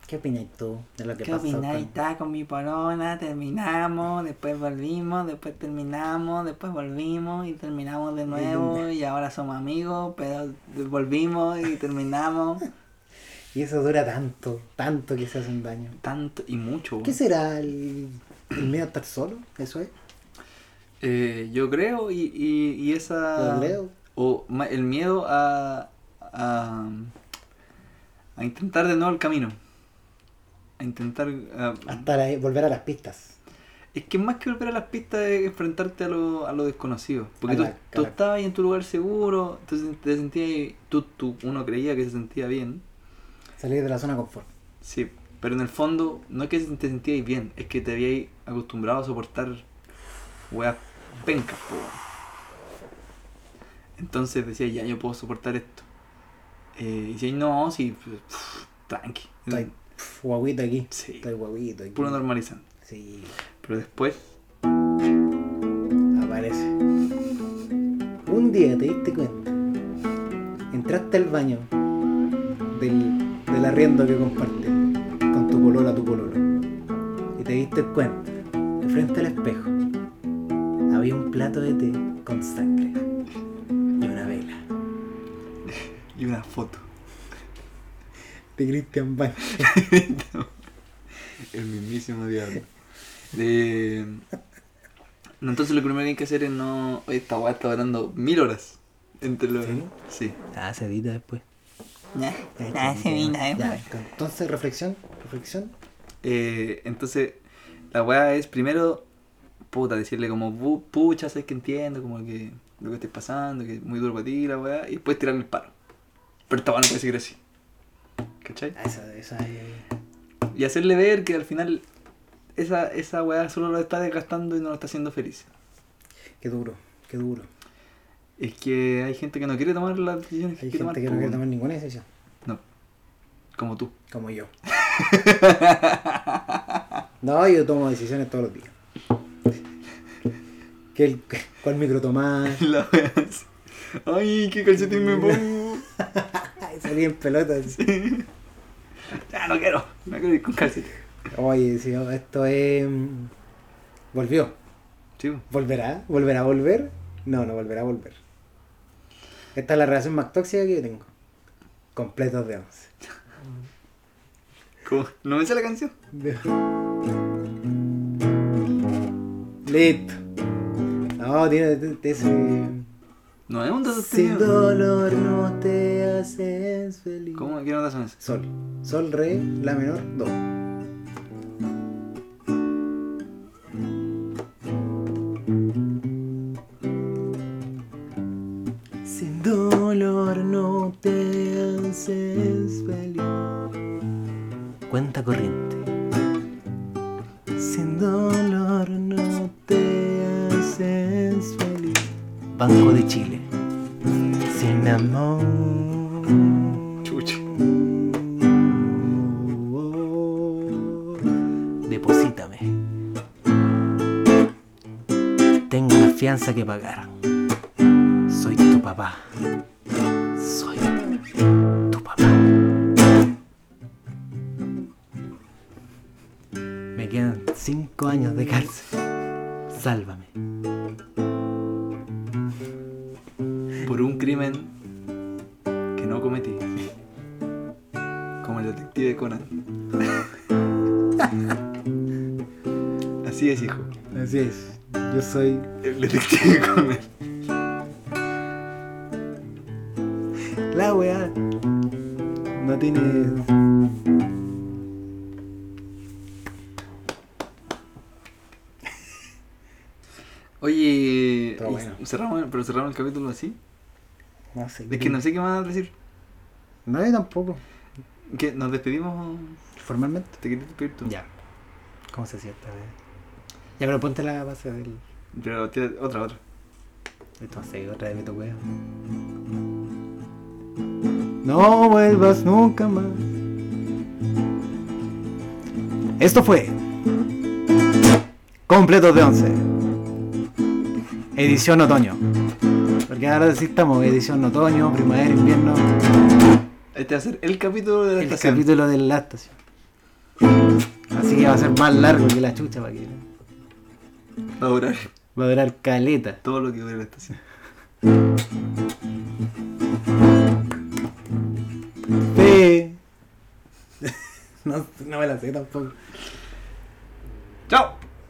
[SPEAKER 2] qué opináis tú de lo que
[SPEAKER 1] ¿Qué
[SPEAKER 2] pasó?
[SPEAKER 1] opináis?
[SPEAKER 2] con-
[SPEAKER 1] Estaba con mi porona, terminamos, después volvimos, después terminamos, después volvimos y terminamos de nuevo y ahora somos amigos, pero volvimos y terminamos.
[SPEAKER 2] Y eso dura tanto, tanto que se hacen daño.
[SPEAKER 1] Tanto y mucho.
[SPEAKER 2] ¿Qué
[SPEAKER 1] weón.
[SPEAKER 2] será el, el miedo a estar solo? ¿Eso es?
[SPEAKER 1] Eh, yo creo y, y, y esa...
[SPEAKER 2] Yo creo.
[SPEAKER 1] O ma- el miedo a, a... a intentar de nuevo el camino. A intentar... a-
[SPEAKER 2] Hasta la- volver a las pistas.
[SPEAKER 1] Es que más que volver a las pistas es enfrentarte a lo, a lo desconocido. Porque
[SPEAKER 2] A
[SPEAKER 1] tú,
[SPEAKER 2] la-
[SPEAKER 1] tú
[SPEAKER 2] a la-
[SPEAKER 1] estabas ahí en tu lugar seguro, tú sen- te sentías, ahí- tú, tú, uno creía que se sentía bien,
[SPEAKER 2] Salir de la zona de confort.
[SPEAKER 1] sí, pero en el fondo no es que te sentías bien, es que te habías acostumbrado a soportar weas pencas, po, weón. Entonces decías, ya, yo puedo soportar esto. Eh, y si no, sí, pues, pff, tranqui.
[SPEAKER 2] Estoy pf, guaguito aquí.
[SPEAKER 1] Sí.
[SPEAKER 2] Estoy guaguito aquí.
[SPEAKER 1] Puro normalizando.
[SPEAKER 2] Sí,
[SPEAKER 1] Pero después,
[SPEAKER 2] aparece. Un día te diste cuenta. Entraste al baño del, del arriendo que compartes. con tu polola, tu pololo. Y te diste cuenta, de frente al espejo, había un plato de té con sangre y una vela
[SPEAKER 1] Y una foto.
[SPEAKER 2] de Christian Bank.
[SPEAKER 1] El mismísimo diablo. Eh, no, entonces lo primero que hay que hacer es no. Oye, esta weá está durando mil horas. Entre los.
[SPEAKER 2] ¿Sí?
[SPEAKER 1] Sí.
[SPEAKER 2] Ah, se edita después.
[SPEAKER 4] Ah, se vino, eh.
[SPEAKER 2] Ya, entonces, reflexión, reflexión.
[SPEAKER 1] Eh, entonces, la weá es primero, puta, decirle como, "Bu- pucha, sabes que entiendo, como que lo que estés pasando, que es muy duro para ti, la weá, y después tirarle el paro. Pero esta weá no puede seguir así. ¿Cachai?
[SPEAKER 2] Ah, Esa, esa, eh,
[SPEAKER 1] Y hacerle ver que al final esa, esa weá solo lo está desgastando y no lo está haciendo feliz.
[SPEAKER 2] qué duro, qué duro.
[SPEAKER 1] Es que hay gente que no quiere tomar las decisiones que
[SPEAKER 2] Hay
[SPEAKER 1] quiere tomar.
[SPEAKER 2] gente que no
[SPEAKER 1] po,
[SPEAKER 2] quiere tomar ninguna decisión,
[SPEAKER 1] No. Como tú.
[SPEAKER 2] como yo. No, yo tomo decisiones todos los días. ¿Qué, el- ¿Cuál micro tomar?
[SPEAKER 1] La weá es- Ay, qué calcetín me pongo.
[SPEAKER 2] Ay, Salí en pelotas.
[SPEAKER 1] Ya, Ah, no quiero. No quiero ir con calcetín.
[SPEAKER 2] Oye, sí, esto es... mm, Volvió.
[SPEAKER 1] Sí, po.
[SPEAKER 2] ¿Volverá? ¿Volverá a volver? No, no volverá a volver. Esta es la relación más tóxica que yo tengo. Completos de once.
[SPEAKER 1] ¿Cómo? ¿No me sé la canción?
[SPEAKER 2] Listo. No, tiene t- t- ese.
[SPEAKER 1] No, es un dato
[SPEAKER 2] Sin
[SPEAKER 1] sostenido.
[SPEAKER 2] dolor no te haces feliz.
[SPEAKER 1] ¿Cómo? ¿Qué notas son esas?
[SPEAKER 2] Sol. Sol, re, la menor, do. Sin dolor no te haces feliz. Cuenta corriente. Sin dolor no te haces feliz. Banco de Chile. Sin amor.
[SPEAKER 1] Chucha.
[SPEAKER 2] Deposítame. Tengo una fianza que pagar. Soy tu papá. Soy tu papá. Me quedan cinco años de cárcel. Sálvame.
[SPEAKER 1] Por un crimen que no cometí. Como el detective Conan. Así es, hijo.
[SPEAKER 2] Así es. Yo soy
[SPEAKER 1] El detective Conan.
[SPEAKER 2] La weá. No tiene.
[SPEAKER 1] Oye,
[SPEAKER 2] Está
[SPEAKER 1] y
[SPEAKER 2] bueno.
[SPEAKER 1] cerramos, pero cerramos el capítulo así.
[SPEAKER 2] No sé.
[SPEAKER 1] Es que no sé qué más decir.
[SPEAKER 2] No, yo tampoco.
[SPEAKER 1] ¿Qué? ¿Nos despedimos?
[SPEAKER 2] Formalmente.
[SPEAKER 1] ¿Te querías despedir tú?
[SPEAKER 2] Ya. ¿Cómo se siente? Ya, pero ponte la base del.
[SPEAKER 1] Pero tira- otra, otra.
[SPEAKER 2] Entonces, otra vez me tu weá. No vuelvas nunca más. Esto fue. Completos de 11. Edición otoño. Porque ahora sí estamos, edición otoño, primavera, invierno.
[SPEAKER 1] Este va a ser el capítulo de la
[SPEAKER 2] el
[SPEAKER 1] estación.
[SPEAKER 2] capítulo de la estación. Así que va a ser más largo que la chucha para que
[SPEAKER 1] Va a durar
[SPEAKER 2] va a durar caleta.
[SPEAKER 1] todo lo que dure la estación.
[SPEAKER 2] Sí. no, no me la sé tampoco.
[SPEAKER 1] ¡Chao!